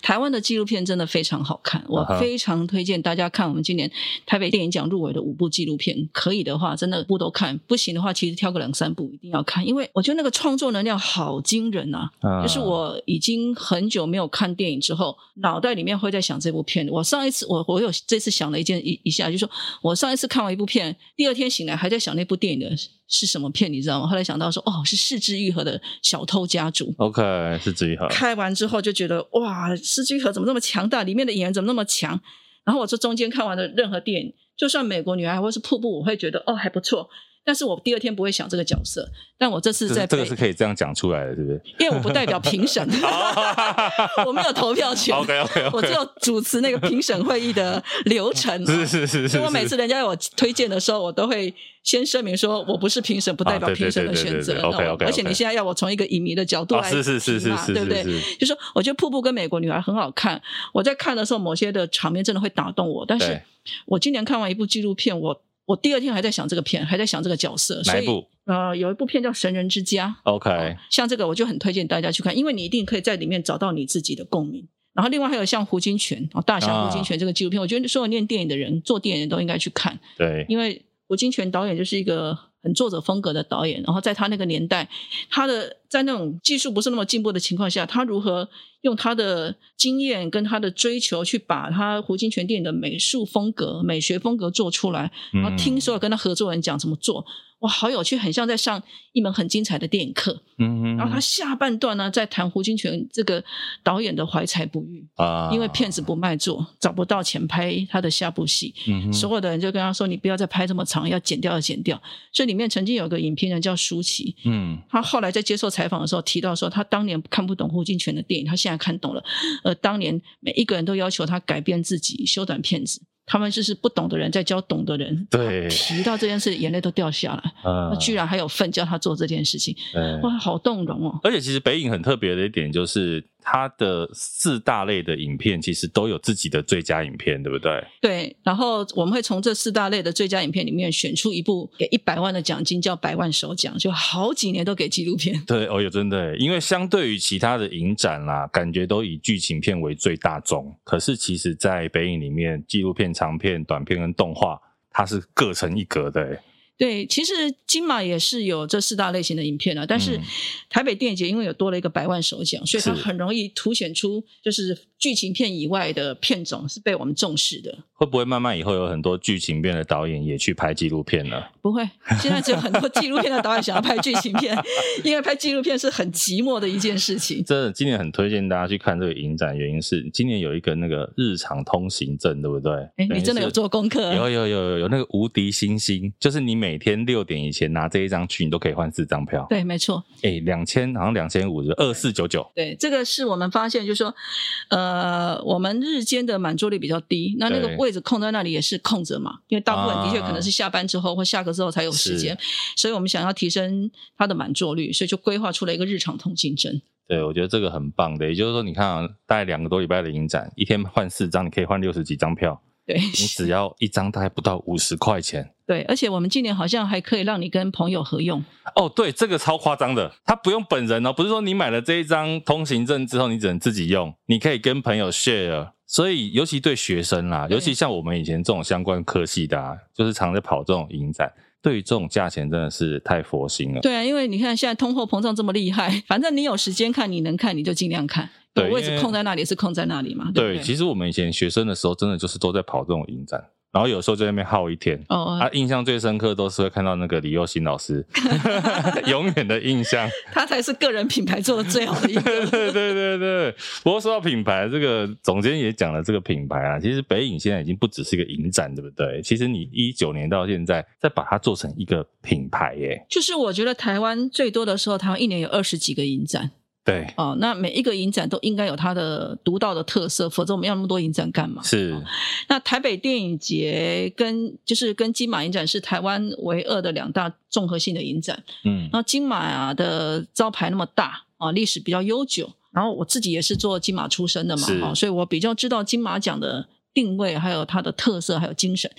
F: 台湾的纪录片真的非常好看，我
B: 啊哈
F: 非常推荐大家看我们今年台北电影奖入围的五部纪录片。可以的话，真的部都看；不行的话，其实挑个两三部一定要看，因为我觉得那个创作能量好惊人啊！
B: 嗯
F: 就是我已经很久没有看电影之后，脑袋里面会在想这部片。我上一次我我有这次想了一件一一下，就是说我上一次看完一部片，第二天醒来还在想那部电影的是什么片，你知道吗？后来想到说，哦，是四肢愈合的《小偷家族》。
B: OK 是至于和
F: 开完之后就觉得哇，四肢愈合怎么那么强大？里面的演员怎么那么强？然后我这中间看完的任何电影，就算《美国女孩》或是《瀑布》，我会觉得哦还不错。但是我第二天不会想这个角色，但我这次
B: 这
F: 在
B: 是这个
F: 背
B: 是可以这样讲出来的，是不 是？
F: 因为我不代表评审， 我没有投票权
B: OK OK，
F: 我只有主持那个评审会议的流程。哦
B: 是是是是
F: 所以
B: 是，
F: 我每次人家要我推荐的时候，我都会先声明说，我不是评审，不代表
B: 啊对对
F: 评审的
B: 对对
F: 选择。
B: 对
F: 那我
B: OK，OK，OK
F: 而且你现在要我从一个影迷的角度
B: 啊
F: 来
B: 是是是
F: 评
B: 是
F: 嘛
B: 是
F: 对不对？
B: 是是，
F: 就说我觉得《瀑布》跟《美国女孩》很好看，我在看的时候，某些的场面真的会打动我。但是
B: 对
F: 我今年看完一部纪录片，我我第二天还在想这个片，还在想这个角色。所
B: 哪一
F: 以
B: 部哎
F: 呃，有一部片叫《神人之家》。哦
B: ？OK，
F: 像这个我就很推荐大家去看，因为你一定可以在里面找到你自己的共鸣。然后另外还有像胡金铨哦，大侠
B: 啊
F: 胡金铨这个纪录片，我觉得所有念电影的人、做电影的人都应该去看，
B: 对，
F: 因为胡金铨导演就是一个很作者风格的导演。然后在他那个年代，他的在那种技术不是那么进步的情况下，他如何用他的经验跟他的追求去把他胡金铨电影的美术风格、美学风格做出来，
B: 嗯
F: 然后听所有跟他合作人讲怎么做，哇，好有趣，很像在上一门很精彩的电影课。
B: 嗯，嗯，
F: 然后他下半段呢，在谈胡金铨这个导演的怀才不遇，
B: 他啊，
F: 因为骗子不卖座，找不到钱拍他的下部戏，
B: 嗯哼，
F: 所有的人就跟他说：“你不要再拍这么长，要剪掉，要剪掉。”所以里面曾经有个影评人叫舒淇，
B: 嗯，
F: 他后来在接受采访的时候提到说，他当年看不懂胡金铨的电影，他现在看懂了。呃，当年每一个人都要求他改变自己，修短片子。他们就是不懂的人在教懂的人，
B: 对，
F: 提到这件事，眼泪都掉下来。
B: 呃
F: 那居然还有份叫他做这件事情，
B: 对
F: 哇，好动容哦！
B: 而且其实北影很特别的一点就是，它的四大类的影片其实都有自己的最佳影片，对不对？
F: 对，然后我们会从这四大类的最佳影片里面选出一部给一百万的奖金，叫百万首奖，就好几年都给纪录片。
B: 对，哦哟，真的耶，因为相对于其他的影展啦，感觉都以剧情片为最大宗，可是其实，在北影里面，纪录片、长片、短片跟动画，它是各成一格的欸耶。
F: 对，其实金马也是有这四大类型的影片啊，但是
B: 嗯
F: 台北电影节因为有多了一个百万首奖，所以它
B: 是
F: 很容易凸显出就是剧情片以外的片种是被我们重视的。
B: 会不会慢慢以后有很多剧情片的导演也去拍纪录片呢？
F: 不会，现在只有很多纪录片的导演想要拍剧情片，因为拍纪录片是很寂寞的一件事情。
B: 真的，今年很推荐大家去看这个影展，原因是今年有一个那个日常通行证，对不对？
F: 哎，你真的有做功课啊？
B: 有有有有有那个无敌星星，就是你每天六点以前拿这一张去，你都可以换四张票。
F: 对，没错。
B: 哎，两千好像两千五，二四九九。
F: 对，这个是我们发现，就是说，呃，我们日间的满座率比较低，那那个
B: 对
F: 位置空在那里也是空着嘛，因为大部分的确
B: 啊
F: 可能是下班之后或下课之后才有时间
B: 是，
F: 所以我们想要提升它的满座率，所以就规划出了一个日常通行证。
B: 对，我觉得这个很棒的，也就是说，你看啊，大概两个多礼拜的影展，一天换四张，你可以换六十几张票，
F: 对，
B: 你只要一张大概不到五十块钱。
F: 对，而且我们今年好像还可以让你跟朋友合用，
B: 哦，对，这个超夸张的，他不用本人哦，不是说你买了这一张通行证之后，你只能自己用，你可以跟朋友 share。所以，尤其对学生啦，
F: 对
B: 尤其像我们以前这种相关科系的、啊，就是常在跑这种影展，对于这种价钱真的是太佛心了。
F: 对啊，因为你看现在通货膨胀这么厉害，反正你有时间看，你能看你就尽量看，有
B: 对
F: 位
B: 因
F: 置
B: 为
F: 空在那里是空在那里嘛，
B: 对，
F: 不对？
B: 其实我们以前学生的时候，真的就是都在跑这种影展，然后有时候在那边耗一天。
F: 哦，
B: 啊，印象最深刻都是会看到那个李佑新老 师，永远的印象。
F: 他才是个人品牌做的最好的一个。
B: 对 对对对。不过说到品牌，这个总监也讲了这个品牌啊，其实北影现在已经不只是一个影展，对不对？其实你一九年到现在，再把它做成一个品牌耶。
F: 就是我觉得台湾最多的时候，台湾一年有二十几个影展
B: 对，
F: 哦，那每一个影展都应该有它的独到的特色，否则我们要那么多影展干嘛？
B: 是，
F: 那台北电影节跟就是跟金马影展是台湾唯二的两大综合性的影展，
B: 嗯
F: 然，后金马啊的招牌那么大啊，历史比较悠久，然后我自己也是做金马出身的嘛
B: 是，
F: 哦，所以我比较知道金马奖的定位，还有它的特色，还有精神。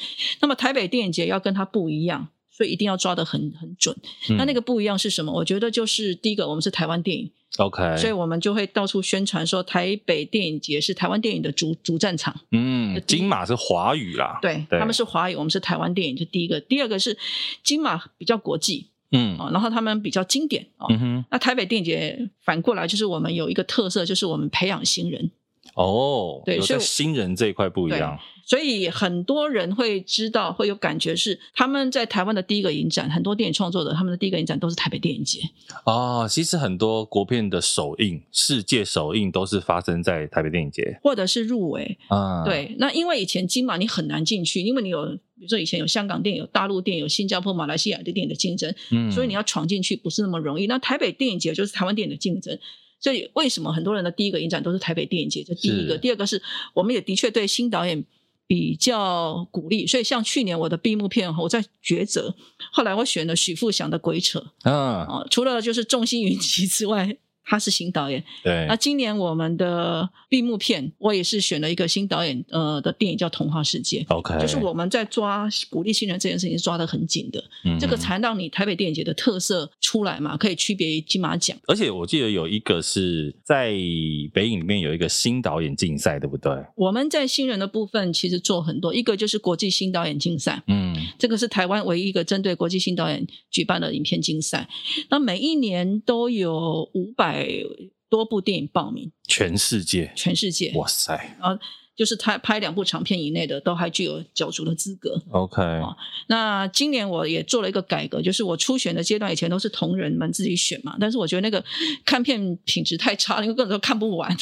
F: 那么台北电影节要跟它不一样，所以一定要抓得很很准。那那
B: 个
F: 个不一样是什么？我觉得就是第一个，我们是台湾电影，
B: OK，
F: 所以我们就会到处宣传说台北电影节是台湾电影的主主战场。
B: 嗯，金马是华语啦，，
F: 对，
B: 对
F: 他们是华语，我们是台湾电影，这第一个。第二个是金马比较国际
B: 嗯
F: 哦，然后他们比较经典哦。
B: 嗯哼，
F: 那台北电影节反过来就是我们有一个特色，就是我们培养新人。
B: 哦，
F: 对
B: 有
F: 所
B: 在
F: 以
B: 新人这一块不一样，
F: 所以很多人会知道，会有感觉是他们在台湾的第一个影展，很多电影创作者他们的第一个影展都是台北电影节。
B: 哦，其实很多国片的首映、世界首映都是发生在台北电影节。
F: 或者是入围，
B: 啊，，
F: 对，那因为以前金马你很难进去，因为你有，比如说以前有香港电影、有大陆电影、有新加坡、马来西亚的电影的竞争，
B: 嗯
F: 所以你要闯进去不是那么容易。那台北电影节就是台湾电影的竞争，所以为什么很多人的第一个影展都是台北电影节？这第一个，
B: 是
F: 第二个是我们也的确对新导演比较鼓励，所以像去年我的闭幕片我在抉择，后来我选了许富祥的《鬼扯》
B: 嗯，
F: 哦，除了就是众星云集之外。他是新导演，
B: 对
F: 那，今年我们的闭幕片，我也是选了一个新导演呃的电影叫《童话世界》，
B: OK，
F: 就是我们在抓鼓励新人这件事情是抓得很紧的，
B: 嗯
F: 这个。才让你台北电影节的特色出来嘛，可以区别于金马奖。
B: 而且我记得有一个是在北影里面有一个新导演竞赛，对不对？
F: 我们在新人的部分其实做很多，一个就是国际新导演竞赛，
B: 嗯，
F: 这个是台湾唯一一个针对国际新导演举办的影片竞赛，那每一年都有五百多部电影报名，
B: 全世界，
F: 全世界，
B: 哇塞
F: 就是他拍两部长片以内的都还具有角逐的资格。
B: ，OK，
F: 那今年我也做了一个改革，就是我初选的阶段以前都是同仁们自己选嘛，但是我觉得那个看片品质太差了，因为根本都看 不完。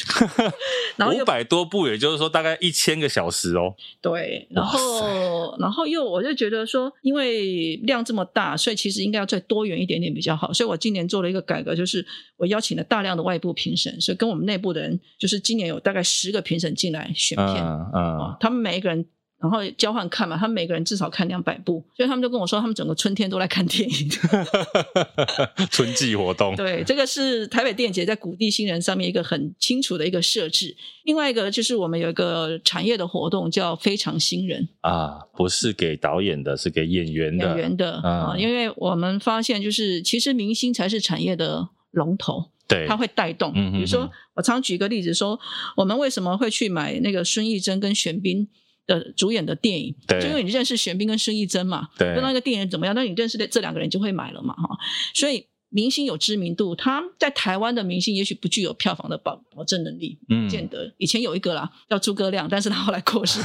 F: 然后
B: 五
F: 又
B: 百多部，也就是说大概一千个小时哦。
F: 对，然后然后又我就觉得说，因为量这么大，所以其实应该要再多元一点点比较好。所以我今年做了一个改革，就是我邀请了大量的外部评审，所以跟我们内部的人，就是今年有大概十个评审进来选片。
B: 嗯
F: 哦
B: 嗯，，
F: 他们每一个人。然后交换看嘛，他们每个人至少看两百部，所以他们就跟我说，他们整个春天都来看电影。
B: 春季活 动，
F: 对，这个是台北电影节在鼓励新人上面一个很清楚的一个设置。另外一个就是我们有一个产业的活动叫“非常新人
B: 啊，不是给导演的，是给演员”，的。
F: 演员的啊、
B: 嗯
F: 因为我们发现就是其实明星才是产业的龙头，
B: 对，
F: 它会带动。
B: 嗯哼哼
F: 比如说，我常举一个例子说，我们为什么会去买那个孙艺珍跟玄彬的主演的电影？
B: 对
F: 就因为你认识玄彬跟孙艺珍嘛，
B: 对
F: 不知道那个电影怎么样，那你认识的这两个人就会买了嘛，哈。所以明星有知名度，他在台湾的明星也许不具有票房的保保证能力，
B: 嗯
F: 不见得。以前有一个啦，叫诸葛亮，但是他后来过 世。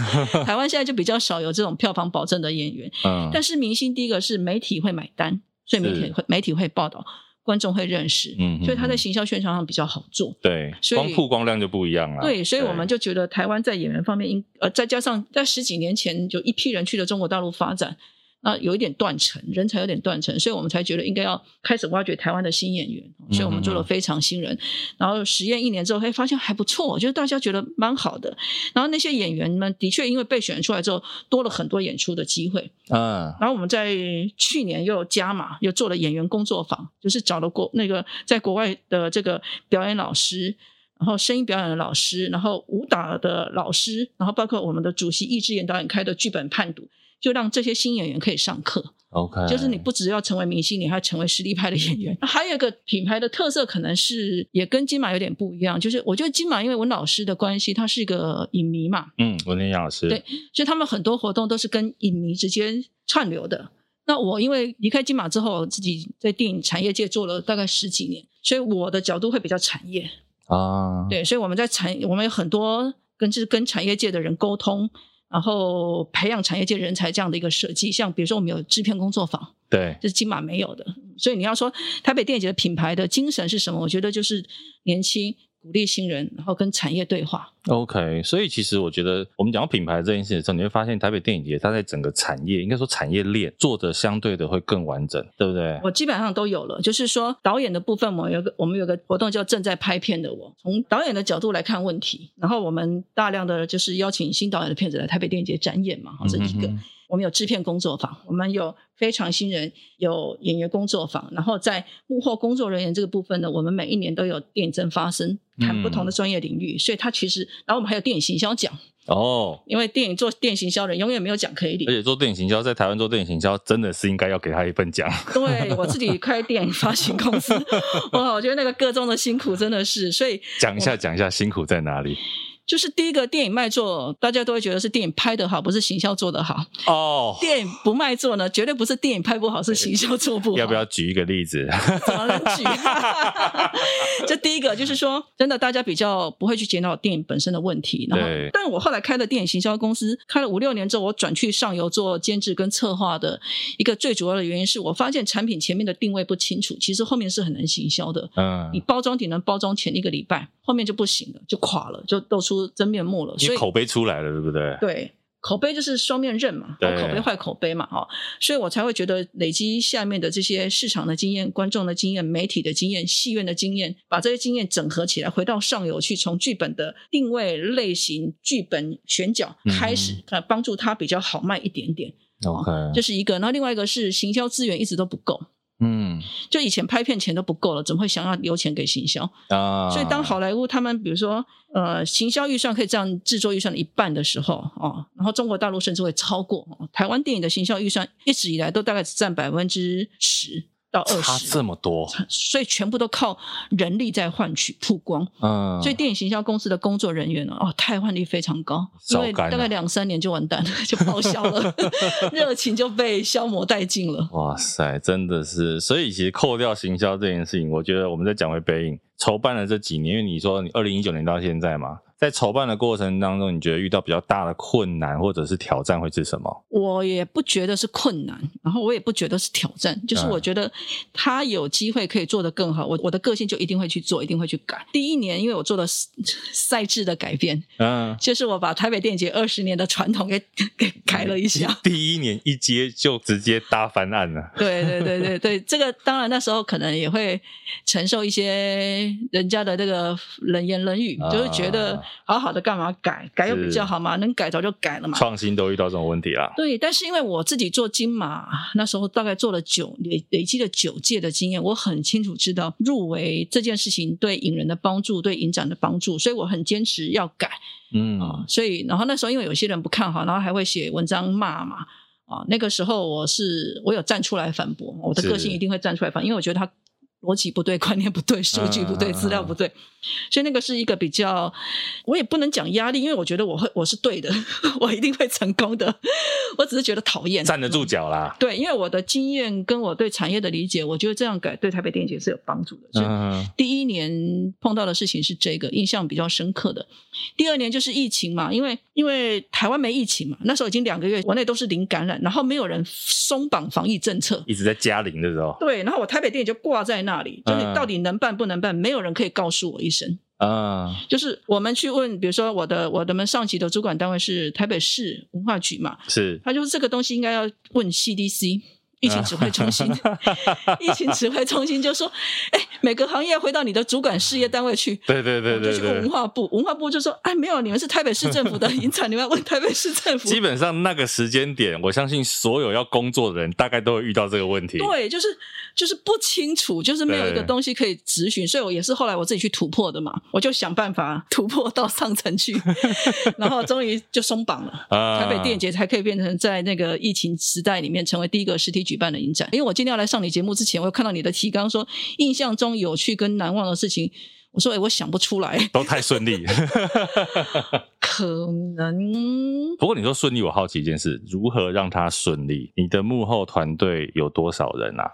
F: 台湾现在就比较少有这种票房保证的演员，
B: 嗯，
F: 但是明星第一个是媒体会买单，所以媒体
B: 是
F: 会媒体会报道，观众会认识，
B: 嗯哼
F: 所以他在
B: 哼
F: 行销宣传上比较好做。
B: 对，
F: 所以
B: 光曝光量就不一样了。
F: 对，所以我们就觉得台湾在演员方面应，呃，再加上在十几年前有一批人去了中国大陆发展，那有一点断层，人才有点断层，所以我们才觉得应该要开始挖掘台湾的新演员，所以我们做了非常新人，然后实验一年之后，会哎发现还不错，就是大家觉得蛮好的，然后那些演员们的确因为被选出来之后，多了很多演出的机会，
B: 嗯，
F: 然后我们在去年又加码，又做了演员工作坊，就是找了国那个在国外的这个表演老师，然后声音表演的老师，然后舞蹈的老师，然后包括我们的主席易智言导演开的剧本判读，就让这些新演员可以上课。
B: OK，
F: 就是你不只要成为明星，你还要成为实力派的演员。还有一个品牌的特色，可能是也跟金马有点不一样，就是我觉得金马因为文老师的关系，他是一个影迷嘛，
B: 嗯，文天祥老师
F: 对所以他们很多活动都是跟影迷之间串流的。那我因为离开金马之后，我自己在电影产业界做了大概十几年，所以我的角度会比较产业。
B: 啊，
F: 对，所以我们在产，我们有很多跟就是跟产业界的人沟通，然后培养产业界人才这样的一个设计。像比如说，我们有制片工作坊，
B: 对
F: 这是金马没有的。所以你要说台北电影节的品牌的精神是什么？我觉得就是年轻、鼓励新人，然后跟产业对话。
B: ，OK。所以其实我觉得，我们讲到品牌这件事的时候，你会发现台北电影节它在整个产业，应该说产业链做的相对的会更完整，对不对？
F: 我基本上都有了，就是说导演的部分，我们有个我们有个活动叫正在拍片的我，从导演的角度来看问题，然后我们大量的就是邀请新导演的片子来台北电影节展演嘛，好这一个。
B: 嗯哼哼
F: 我们有制片工作坊，我们有非常新人，有演员工作坊，然后在幕后工作人员这个部分呢，我们每一年都有电影正发生，谈不
B: 嗯
F: 同的专业领域，所以它其实，然后我们还有电影行销奖，
B: 哦。
F: 因为电影做电影行销人永远没有奖可以领
B: 而，且做电影行销，在台湾做电影行销，真的是应该要给他一份奖。
F: 对我自己开电影发行公 司，哇，我觉得那个各中的辛苦真的是，所以
B: 讲一下，讲一下辛苦在哪里？
F: 就是第一个电影卖座，大家都会觉得是电影拍得好，不是行销做得好。
B: 哦，
F: 电影不卖座呢，绝对不是电影拍不好，是行销做不好。
B: 要不要举一个例子？
F: 怎么能举？ 这第一个就是说，真的大家比较不会去检讨电影本身的问题。然后
B: 对，
F: 但我后来开的电影行销公司，开了五六年之后，我转去上游做监制跟策划的一个最主要的原因是我发现产品前面的定位不清楚，其实后面是很难行销的。
B: 嗯
F: 你，包装只能包装前一个礼拜，后面就不行了，就垮了，就露出真面目了。
B: 因
F: 所
B: 为
F: 以
B: 口碑出来了，对不对？
F: 对，口碑就是双面刃嘛，好
B: 对
F: 口碑坏口碑嘛，哦，所以我才会觉得累积下面的这些市场的经验、观众的经验、媒体的经验、戏院的经验，把这些经验整合起来，回到上游去，从剧本的定位、类型、剧本选角开始
B: 嗯，
F: 呃，帮助它比较好卖一点点，
B: ，OK，
F: 这是一个。然后另外一个是行销资源一直都不够，
B: 嗯
F: 就以前拍片钱都不够了，怎么会想要留钱给行销？
B: 啊，
F: 所以当好莱坞他们比如说呃行销预算可以占制作预算的一半的时候哦，然后中国大陆甚至会超过、哦、台湾电影的行销预算，一直以来都大概只占百分之十到二
B: 差
F: 十
B: 这，么多，
F: 所以全部都靠人力在换取曝光。
B: 嗯，
F: 所以电影行销公司的工作人员呢，哦，汰换率非常高，因
B: 烧
F: 为
B: 干啊
F: 大
B: 了
F: 概两三年就完蛋了，就报 销了，热情就被消磨殆尽了。
B: 哇塞，真的是，所以其实扣掉行销这件事情，我觉得我们再讲回北影筹办了这几年，因为你说你二零一九年到现在嘛，在筹办的过程当中，你觉得遇到比较大的困难或者是挑战会是什么？
F: 我也不觉得是困难，然后我也不觉得是挑战，就是
B: 嗯
F: 我觉得他有机会可以做得更好，我我的个性就一定会去做，一定会去改。第一年，因为我做了赛制的改变，
B: 嗯，
F: 就是我把台北电影节二十年的传统给给改了一下。
B: 第一年一接就直接搭翻案了，
F: 对对对对对，这个当然那时候可能也会承受一些人家的这个冷言冷语，就是觉得
B: 啊
F: 好好的干嘛改，改又比较好嘛，能改早就改了嘛。
B: 创新都遇到这种问题啦。
F: 对，但是因为我自己做金马，那时候大概做了九累累积了九届的经验，我很清楚知道入围这件事情对影人的帮助，对影展的帮助，所以我很坚持要改
B: 嗯
F: 啊、所以，然后那时候因为有些人不看好，然后还会写文章骂嘛。啊、那个时候我是我有站出来反驳，我的
B: 是
F: 个性一定会站出来反，因为我觉得他逻辑不对，观念不对，数据不
B: 嗯
F: 对，
B: 嗯
F: 资料
B: 嗯
F: 不对，所以那个是一个比较，我也不能讲压力，因为我觉得我会我是对的， 我一定会成功的，我只是觉得讨厌，嗯
B: 站得住脚啦。
F: 对，因为我的经验跟我对产业的理解，我觉得这样改对台北电影节是有帮助的。所以
B: 嗯，
F: 第一年碰到的事情是这个，印象比较深刻的。第二年就是疫情嘛，因为因为台湾没疫情嘛，那时候已经两个月，国内都是零感染，然后没有人松绑防疫政策。
B: 一直在加零的时候，
F: 对，然后我台北电影就挂在那里，就是
B: 嗯
F: 到底能办不能办，没有人可以告诉我一声。
B: 嗯，
F: 就是我们去问，比如说我的我的们上级的主管单位是台北市文化局嘛，
B: 是
F: 他就是这个东西应该要问 CDC。疫情指挥中心，疫情指挥中心就说：“哎、每个行业回到你的主管事业单位去。”
B: 对对对
F: 我们
B: 对
F: 就去问文
B: 对。
F: 化部，文化部就说：“哎，没有，你们是台北市政 府的影展，你们要问台北市政府。
B: 基”本上那个时间点，我相信所有要工作的人大概都会遇到这个问题。
F: 对，就是就是不清楚，就是没有一个
B: 对
F: 东西可以咨询，所以我也是后来我自己去突破的嘛，我就想办 法突破到上层去， 然后终于就松绑了。
B: 啊，
F: 台北电影节才可以变成在那个疫情时代里面成为第一个实体举办的影展。因为我今天要来上你节目之前，我有看到你的提纲说印象中有趣跟难忘的事情，我说哎、诶我想不出来，
B: 呃都太顺 利。
F: 可能
B: 不过你说顺利，我好奇一件事：如何让它顺利？你的幕后团队有多少人啊？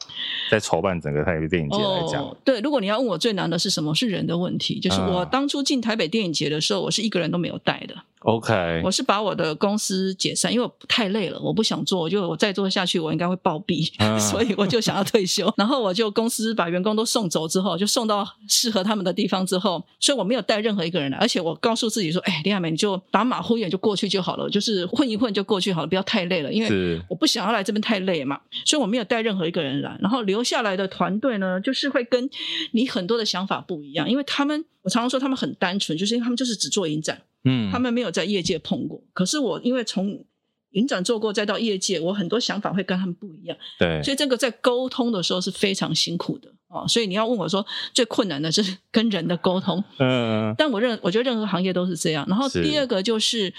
B: 在筹办整个台北电影节来讲，
F: 哦，对，如果你要问我最难的是什么，是人的问题。就是我
B: 啊
F: 当初进台北电影节的时候，我是一个人都没有带的，
B: OK，
F: 我是把我的公司解散，因为我太累了，我不想做，我就我再做下去，我应该会暴毙，
B: 啊
F: 所以我就想要退休。然后我就公司把员工都送走之后，就送到适合他们的地方之后，所以我没有带任何一个人来，而且我告诉自己说，哎，李亚梅，你就打马虎眼就过去就好了，就是混一混就过去好了，不要太累了，因为。
B: 是
F: 我不想要来这边太累嘛，所以我没有带任何一个人来。然后留下来的团队呢，就是会跟你很多的想法不一样，因为他们，我常常说他们很单纯，就是因为他们就是只做影展，
B: 嗯，
F: 他们没有在业界碰过。可是我因为从影展做过，再到业界，我很多想法会跟他们不一样，
B: 对
F: 所以这个在沟通的时候是非常辛苦的哦。所以你要问我说最困难的是跟人的沟通，
B: 嗯
F: 但我认我觉得任何行业都是这样。然后
B: 是
F: 第二个就是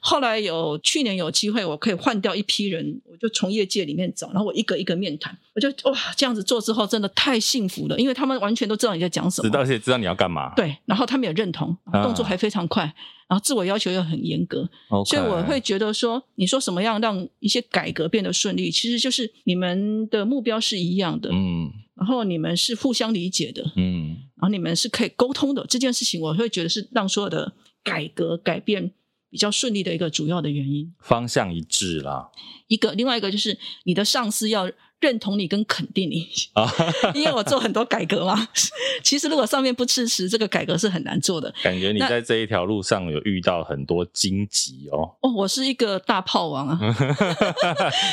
F: 后来有去年有机会，我可以换掉一批人，我就从业界里面找，然后我一个一个面谈，我就哇这样子做之后真的太幸福了，因为他们完全都知道你在讲什么，
B: 知道，而且知道你要干嘛。
F: 对，然后他们也认同，
B: 啊
F: 动作还非常快，然后自我要求又很严格，所以我会觉得说，你说什么样让一些改革变得顺利，其实就是你们的目标是一样的，
B: 嗯
F: 然后你们是互相理解的，
B: 嗯
F: 然后你们是可以沟通的。这件事情，我会觉得是让所有的改革改变比较顺利的一个主要的原因。
B: 方向一致啦
F: 一个，另外一个就是你的上司要认同你跟肯定你，
B: 啊，
F: 因为我做很多改革嘛。其实如果上面不支持这个改革是很难做的。
B: 感觉你
F: 那
B: 在这一条路上有遇到很多荆棘 哦。
F: 哦，我是一个大炮王啊，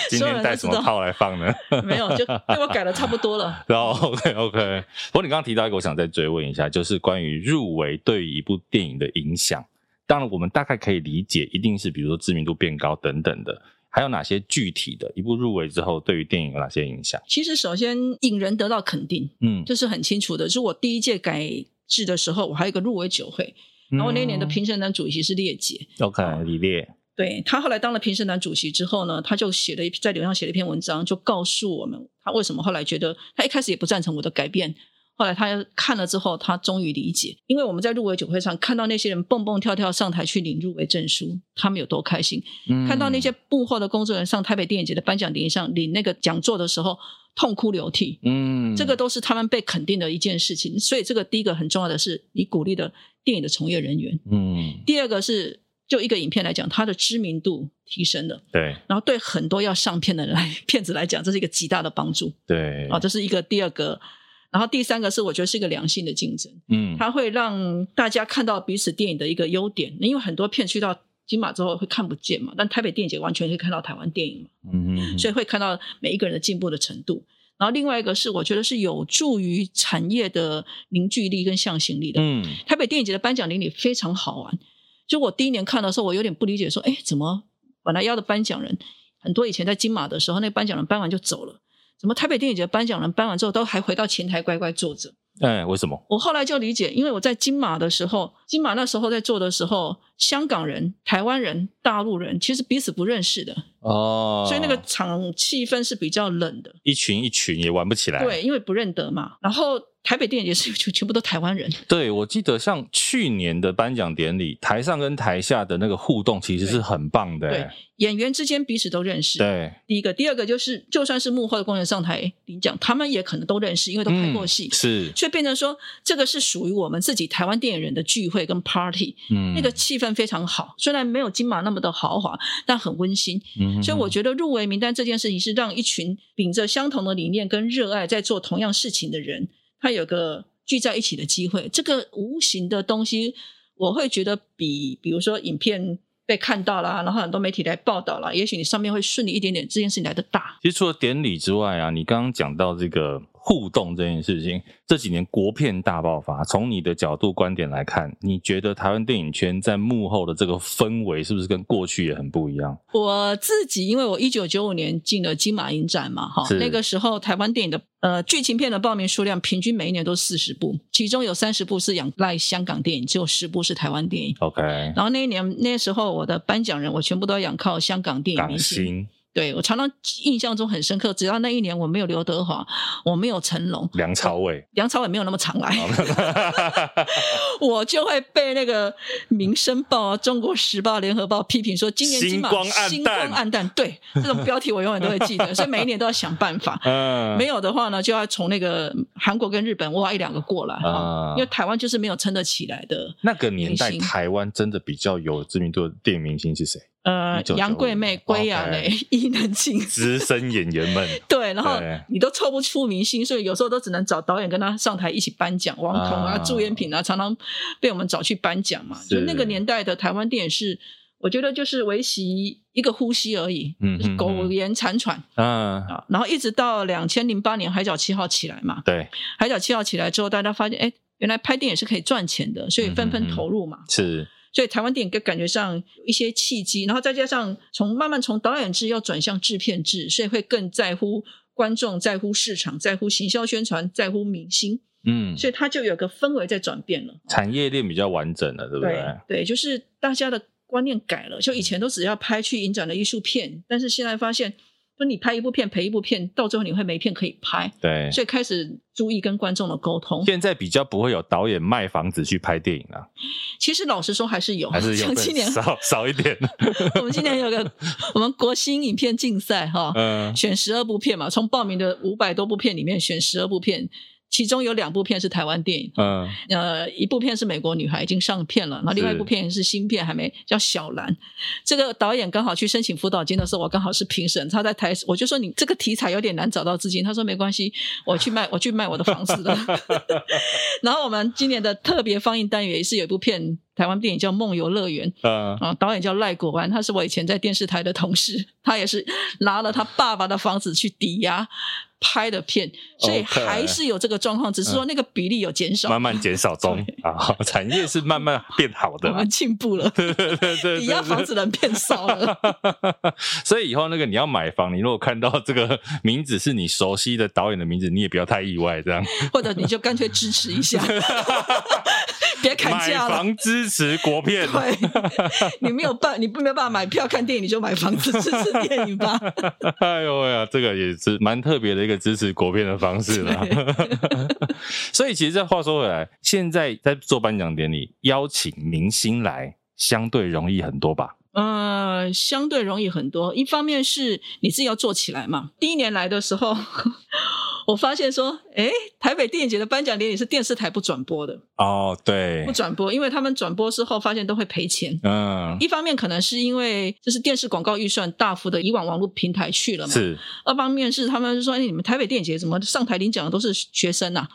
B: 今天带什么炮来放呢？
F: 没有就被我改的差不多 了。
B: 然后 OK OK，不 过你刚刚提到一个，我想再追问一下，就是关于入围对于一部电影的影响。当然，我们大概可以理解，一定是比如说知名度变高等等的。还有哪些具体的？一部入围之后，对于电影有哪些影响？
F: 其实首先引人得到肯定，
B: 嗯，
F: 这是很清楚的。就是我第一届改制的时候，我还有一个入围酒会，
B: 然
F: 然后那一年的评审团主席是列姐，
B: 嗯 OK 李烈，
F: 对他后来当了评审团主席之后呢，他就写了一在脸上写了一篇文章，就告诉我们他为什么后来觉得他一开始也不赞成我的改变，后来他看了之后，他终于理解，因为我们在入围酒会上看到那些人蹦蹦跳跳上台去领入围证书，他们有多开心；
B: 嗯
F: 看到那些幕后的工作人员上台北电影节的颁奖典礼上领那个讲座的时候痛哭流涕，
B: 嗯
F: 这个都是他们被肯定的一件事情。所以这个第一个很重要的是，你鼓励的电影的从业人员。
B: 嗯
F: 第二个是就一个影片来讲，它的知名度提升了，
B: 对
F: 然后对很多要上片的人来 骗子来讲，这是一个极大的帮助
B: 对
F: 啊，这是一个第二个。然后第三个是我觉得是一个良性的竞争，
B: 嗯
F: 它会让大家看到彼此电影的一个优点，因为很多片去到。金马之后会看不见嘛，但台北电影节完全可以看到台湾电影嘛，
B: 嗯
F: 所以会看到每一个人的进步的程度。然后另外一个是，我觉得是有助于产业的凝聚力跟向心力的。
B: 嗯
F: 台北电影节的颁奖典礼非常好玩。就我第一年看的时候，我有点不理解，说，哎，怎么本来要的颁奖人很多以前在金马的时候，那颁奖人颁完就走了，怎么台北电影节的颁奖人颁完之后都还回到前台乖乖坐着？
B: 哎为什么
F: 我后来就理解，因为我在金马的时候，金马那时候在做的时候，香港人、台湾人、大陆人其实彼此不认识的，
B: 哦？
F: 所以那个场气氛是比较冷的。
B: 一群一群也玩不起来。
F: 对，因为不认得嘛。然后台北电影节是 全全部都台湾人，
B: 对，我记得像去年的颁奖典礼，台上跟台下的那个互动其实是很棒的、欸
F: 对，演员之间彼此都认识。
B: 对，
F: 第一个，第二个就是，就算是幕后的工人上台领奖，他们也可能都认识，因为都拍过戏，
B: 嗯是，
F: 所以变成说，这个是属于我们自己台湾电影人的聚会跟 party，、
B: 嗯
F: 那个气氛非常好。虽然没有金马那么的豪华，但很温馨。
B: 嗯
F: 所以我觉得入围名单这件事情是让一群秉着相同的理念跟热爱在做同样事情的人，他有个聚在一起的机会。这个无形的东西，我会觉得比比如说影片被看到啦，然后很多媒体来报道啦，也许你上面会顺利一点点，这件事情来的大。
B: 其实除了典礼之外啊，你刚刚讲到这个互动这件事情，这几年国片大爆发，从你的角度观点来看，你觉得台湾电影圈在幕后的这个氛围是不是跟过去也很不一样？
F: 我自己因为我一九九五年进了金马影展嘛，哈
B: 是，
F: 那个时候台湾电影的呃剧情片的报名数量平均每一年都四十部，其中有三十部是仰赖香港电影，只有十部是台湾电影。
B: OK，
F: 然后那一年那时候我的颁奖人，我全部都仰靠香港电影
B: 港
F: 明星。
B: 星
F: 对我常常印象中很深刻，只要那一年我没有刘德华，我没有成龙，
B: 梁朝伟，
F: 梁朝伟啊没有那么常来， 哦我就会被那个《民生报》啊、《中国时报》、《联合报》批评说，今年金
B: 星
F: 马
B: 光暗淡
F: 星光暗淡。对，这种标题我永远都会记 得，所以每一年都要想办法。
B: 嗯，
F: 没
B: 有，
F: 有的话呢，就要从那个韩国跟日本挖一两个过来，
B: 啊
F: 因为台湾就是没有撑得起来的。
B: 那个年代
F: 明星
B: 台湾真的比较有知名度的电影明星是谁？
F: 呃
B: 1995，
F: 杨贵妹、归亚蕾、伊能静，
B: 资深演员们，
F: 对，然后
B: 对
F: 你都凑不出明星，所以有时候都只能找导演跟他上台一起颁奖。王彤啊、
B: 啊
F: 朱延平啊，常常被我们找去颁奖嘛。
B: 是
F: 就那个年代的台湾电影是，我觉得就是为习一个呼吸而已，
B: 嗯
F: 就是苟延残喘
B: 嗯，
F: 啊。然后一直到两千零八年《海角七号》起来嘛，
B: 对，
F: 《海角七号》起来之后，大家发现哎，原来拍电影是可以赚钱的，所以纷
B: 嗯
F: 纷
B: 嗯嗯
F: 投入嘛。
B: 是，
F: 所以台湾电影给感觉上有一些契机，然后再加上从慢慢从导演制要转向制片制，所以会更在乎观众、在乎市场、在乎行销宣传、在乎明星，
B: 嗯，
F: 所以它就有个氛围在转变了。
B: 产业链比较完整了，对不对？
F: 对，就是大家的观念改了，就以前都只要拍去影展的艺术片，但是现在发现。说你拍一部片赔一部片，到最后你会没片可以拍，
B: 对，
F: 所以开始注意跟观众的沟通。
B: 现在比较不会有导演卖房子去拍电影了，
F: 其实老实说还是有，
B: 还是有
F: 像今哦年
B: 少少一点。
F: 我们今年有个我们国新影片竞赛哈，
B: 嗯，
F: 选十二部片嘛，从报名的五百多部片里面选十二部片，其中有两部片是台湾电影，
B: 嗯，
F: 呃，一部片是《美国女孩》已经上片了，然后另外一部片是新片，还没叫《小兰》。这个导演刚好去申请辅导金的时候，我刚好是评审，他在台，我就说你这个题材有点难找到资金，他说没关系，我去卖，我去卖我的房子了。 然后我们今年的特别放映单元也是有一部片，台湾电影叫《梦游乐园》。
B: 嗯，
F: 啊，导演叫赖国安，他是我以前在电视台的同事，他也是拿了他爸爸的房子去抵押拍的片，所以
B: OK 嗯
F: 还是有这个状况，只是说那个比例有减 少。
B: 慢慢减少 中啊， 产业是慢慢变好的
F: 我
B: 啦
F: 们。进步了，
B: 对对 对对，
F: 抵押房子的人变少了。
B: 所以以后那个你要买房，你如果看到这个名字是你熟悉的导演的名字，你也不要太意外，这样。
F: 或者你就干脆支持 一下，别砍
B: 买
F: 价了。
B: 房支持国片，
F: 对， 你没有办，你没有办法买票看电影，你就买房子支持电影吧。
B: 哎呦喂呀，这个也是蛮特别的一个支持国片的方式啦。 所以其实这话说回来，现在在做颁奖典礼，邀请明星来相对容易很多吧？
F: 呃，相对容易很多。一方面是你自己要做起来嘛。第一年来的时候， 我发现说，诶，台北电影节的颁奖典礼是电视台不转播的，
B: 哦，对
F: 不转播，因为他们转播之后发现都会赔钱。
B: 嗯，
F: 一方面可能是因为就是电视广告预算大幅的以往网络平台去了嘛，
B: 是，
F: 二方面是他们说，哎，你们台北电影节怎么上台领奖的都是学 生呐、啊？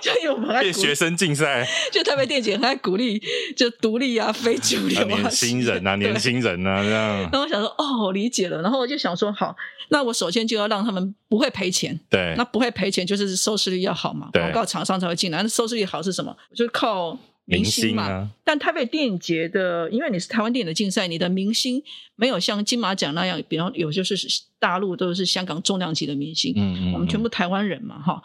F: 所以我们还
B: 变
F: 鼓
B: 学生竞赛，啊
F: 就台北电影节很爱鼓励就独立啊、非主流
B: 啊
F: 啊、
B: 年轻 人啊，
F: 对
B: 年。轻人啊，这样
F: 然，后我想说，哦，我理解了。然后我就想说，好，那我首先就要让他们不会赔钱。
B: 对
F: 那，不会赔钱就是收视率要好嘛，
B: 对
F: 广告厂商才会进来。那收视率好是什么？就是靠明星嘛。
B: 啊，
F: 但台北电影节的，因为你是台湾电影的竞赛，你的明星没有像金马奖那样，比方有就是大陆都是香港重量级的明星，
B: 嗯嗯，
F: 我们全
B: 嗯
F: 部台湾人嘛，哈，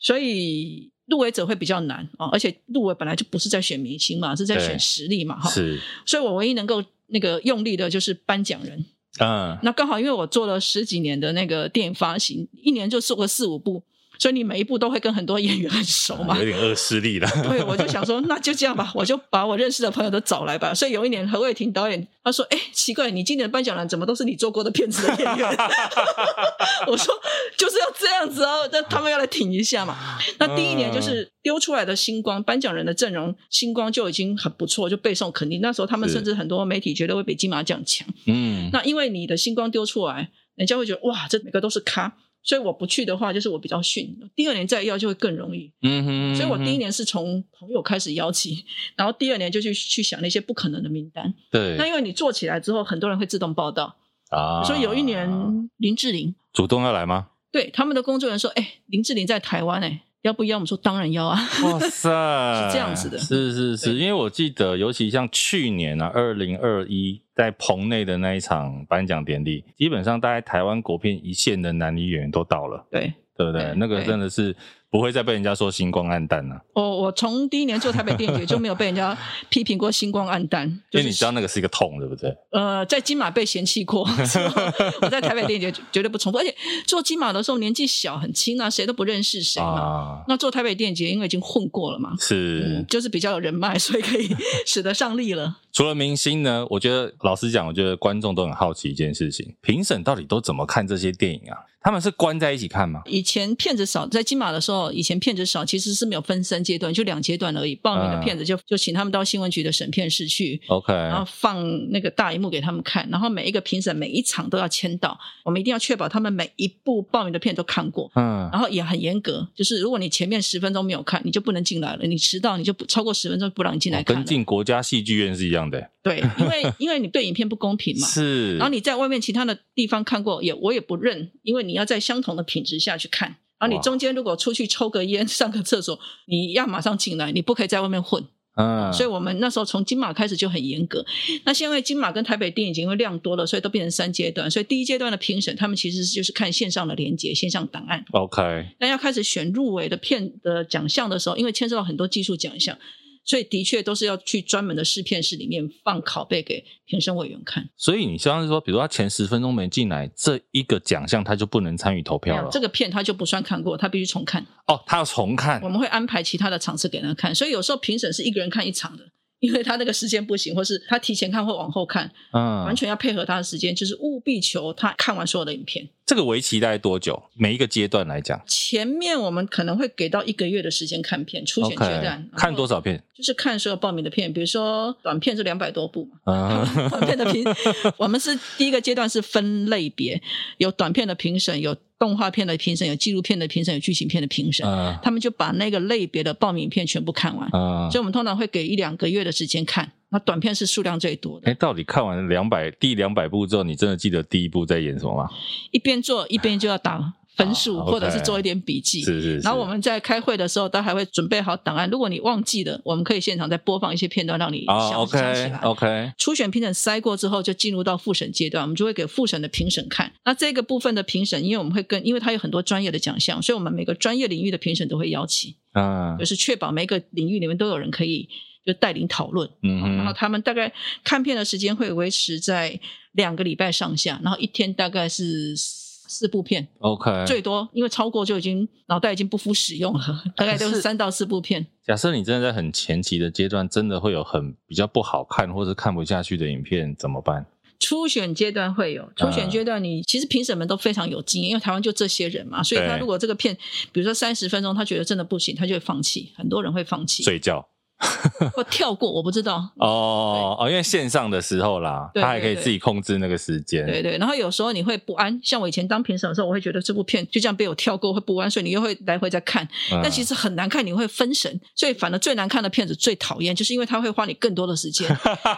F: 所以入围者会比较难哦，而且入围本来就不是在选明星嘛，是在
B: 对
F: 选实力嘛，哈，
B: 嗯是，
F: 所以我唯一能够那个用力的就是颁奖人。
B: 嗯，
F: 那刚好因为我做了十几年的那个电影发行，一年就做个四五部，所以你每一部都会跟很多演员很熟嘛
B: 有。点恶势力了，
F: 对，我就想说，那就这样吧，我就把我认识的朋友都找来吧。所以有一年，何伟霆导演他说：“哎、奇怪，你今年的颁奖人怎么都是你做过的片子的演员？” 我说：“就是要这样子啊，那他们要来挺一下嘛。”那第一年就是丢出来的星光，颁奖人的阵容星光就已经很不错，就备受肯定。那时候他们
B: 是
F: 甚至很多媒体觉得会比金马奖强。
B: 嗯，
F: 那因为你的星光丢出来，人家会觉得哇，这每个都是咖。所以我不去的话，就是我比较逊。第二年再要就会更容易。
B: 嗯哼，
F: 所以我第
B: 嗯
F: 一
B: 哼
F: 年是从朋友开始邀请，然后第二年就去去想那些不可能的名单。那
B: 对
F: 因为你做起来之后，很多人会自动报道。
B: 啊
F: 所以有一年林志玲
B: 主动要来吗？
F: 对他们的工作人员说：“哎、林志玲在台湾哎、要不要？”我们说：“当然要啊。
B: 哇塞，
F: 是这样子的
B: 是是是，
F: 对
B: 因为我记得，尤其像去年啊，二零二一在棚内的那一场颁奖典礼，基本上大概台湾国片一线的男女演员都到了，
F: 对，
B: 对不对？
F: 对
B: 那个
F: 对
B: 真的是不会再被人家说星光暗淡了、啊
F: 我我从第一年做台北电影节就没有被人家 批评过星光暗淡，就
B: 因哎为你知道
F: 是
B: 那个是一个痛，对不对？
F: 呃在金马被嫌弃过， 之后我在台北电影节绝对不重复，而且做金马的时候年纪小很轻啊，谁都不认识谁嘛。
B: 啊，
F: 那做台北电影节因为已经混过了嘛，
B: 是、
F: 嗯，就是比较有人脉， 所以 可以使得上力了。
B: 除了明星呢，我觉得老实讲，我觉得观众都很好奇一件事情：评审到底都怎么看这些电影啊？他们是关在一起看吗？
F: 以前片子少，在金马的时候，以前片子少，其实是没有分三阶段，就两阶段而已。报名的
B: 啊
F: 片子就就请他们到新闻局的审片室去。
B: OK，
F: 然后放那个大荧幕给他们看，然后每一个评审每一场都要签到，我们一定要确保他们每一部报名的片都看过，
B: 嗯
F: 然后也很严格，就是如果你前面十分钟没有看，你就不能进来了，你迟到你就不超过十分钟不让你进来
B: 哦
F: 看了。
B: 跟进国家戏剧院是一样的、
F: 对，因为因为你对影片不公平嘛，
B: 是。
F: 然后你在外面其他的地方看过也我也不认，因为你要在相同的品质下去看。然后你
B: 哇
F: 中间如果出去抽个烟、 上个厕所，你要马上进来，你不可以在外面混。
B: 嗯，
F: 所以我们那时候从金马开始就很严格。那现在金马跟台北电影节因为量多了，所以都变成三阶段。所以第一阶段的评审，他们其实就是看线上的连接、线上档案。
B: OK，
F: 那要开始选入围的片的奖项的时候，因为牵涉到很多技术奖项，所以的确都是要去专门的试片室里面放拷贝给评审委员看。
B: 所以你像是说，比如他前十分钟没进来，这一个奖项他就不能参与投票了。
F: 这个片他就不算看过，他必须重看。
B: 哦，他要重看
F: 我。们会安排其他的场次给他看，所以有时候评审是一个人看一场的，因为他那个时间不行，或是他提前看或往后看，
B: 嗯，
F: 完全要配合他的时间，就是务必求他看完所有的影片。
B: 这个为期大概多久？每一个阶段来讲
F: 前面我们可能会给到一个月的时间看片，初选
B: ，OK，
F: 阶段然后
B: 看多少片？
F: 就是看所有报名的片，比如说短片是两百多部嘛，
B: 啊，
F: 短片的 评，我们是第一个阶段是分类别，有短片的评审，有动画片的评审，有纪录片的评审，有剧情片的评审，
B: 嗯
F: 他们就把那个类别的报名片全部看完。
B: 嗯
F: 所以，我们通常会给一两个月的时间看。那短片是数量最多
B: 哎，
F: 的，
B: 到底看完两百第两百部之后，你真的记得第一部在演什么吗？
F: 一边做一边就要打分数，
B: 啊，OK
F: 或者是做一点笔记。
B: 是是是。
F: 然后我们在开会的时候，他还会准备好档案。如果你忘记了，我们可以现场再播放一些片段，让你想、
B: 啊
F: 想起
B: ，OK
F: 来。
B: OK，
F: 初选评审筛过之后，就进入到复审阶段，我们就会给复审的评审看。那这个部分的评审，因为我们会跟，因为它有很多专业的奖项，所以我们每个专业领域的评审都会邀请，
B: 嗯
F: 就是确保每个领域里面都有人可以就带领讨论。
B: 嗯
F: 然后
B: 哼，
F: 他们大概看片的时间会维持在两个礼拜上下，然后一天大概是四部片，
B: ，OK。
F: 最多因为超过就已经脑袋已经不敷使用了， 大概都
B: 可是
F: 是三到四部片。
B: 假设你真的在很前期的阶段，真的会有很比较不好看或者看不下去的影片，怎么办？
F: 初选阶段会有，初选阶段你、其实评审们都非常有经验，因为台湾就这些人嘛，所以他
B: 对
F: 如果这个片，比如说三十分钟，他觉得真的不行，他就会放弃，很多人会放弃
B: 睡觉
F: 或跳过，我不知道。
B: 哦哦，因为线上的时候啦，
F: 嗯对
B: 他还可以
F: 对对
B: 自己控制那个时间。
F: 对对，然后有时候你会不安，像我以前当评审的时候，我会觉得这部片就这样被我跳过会不安，所以你又会来回再看，
B: 嗯
F: 但其实很难看，你会分神，所以反而最难看的片子最讨厌，就是因为它会花你更多的时间。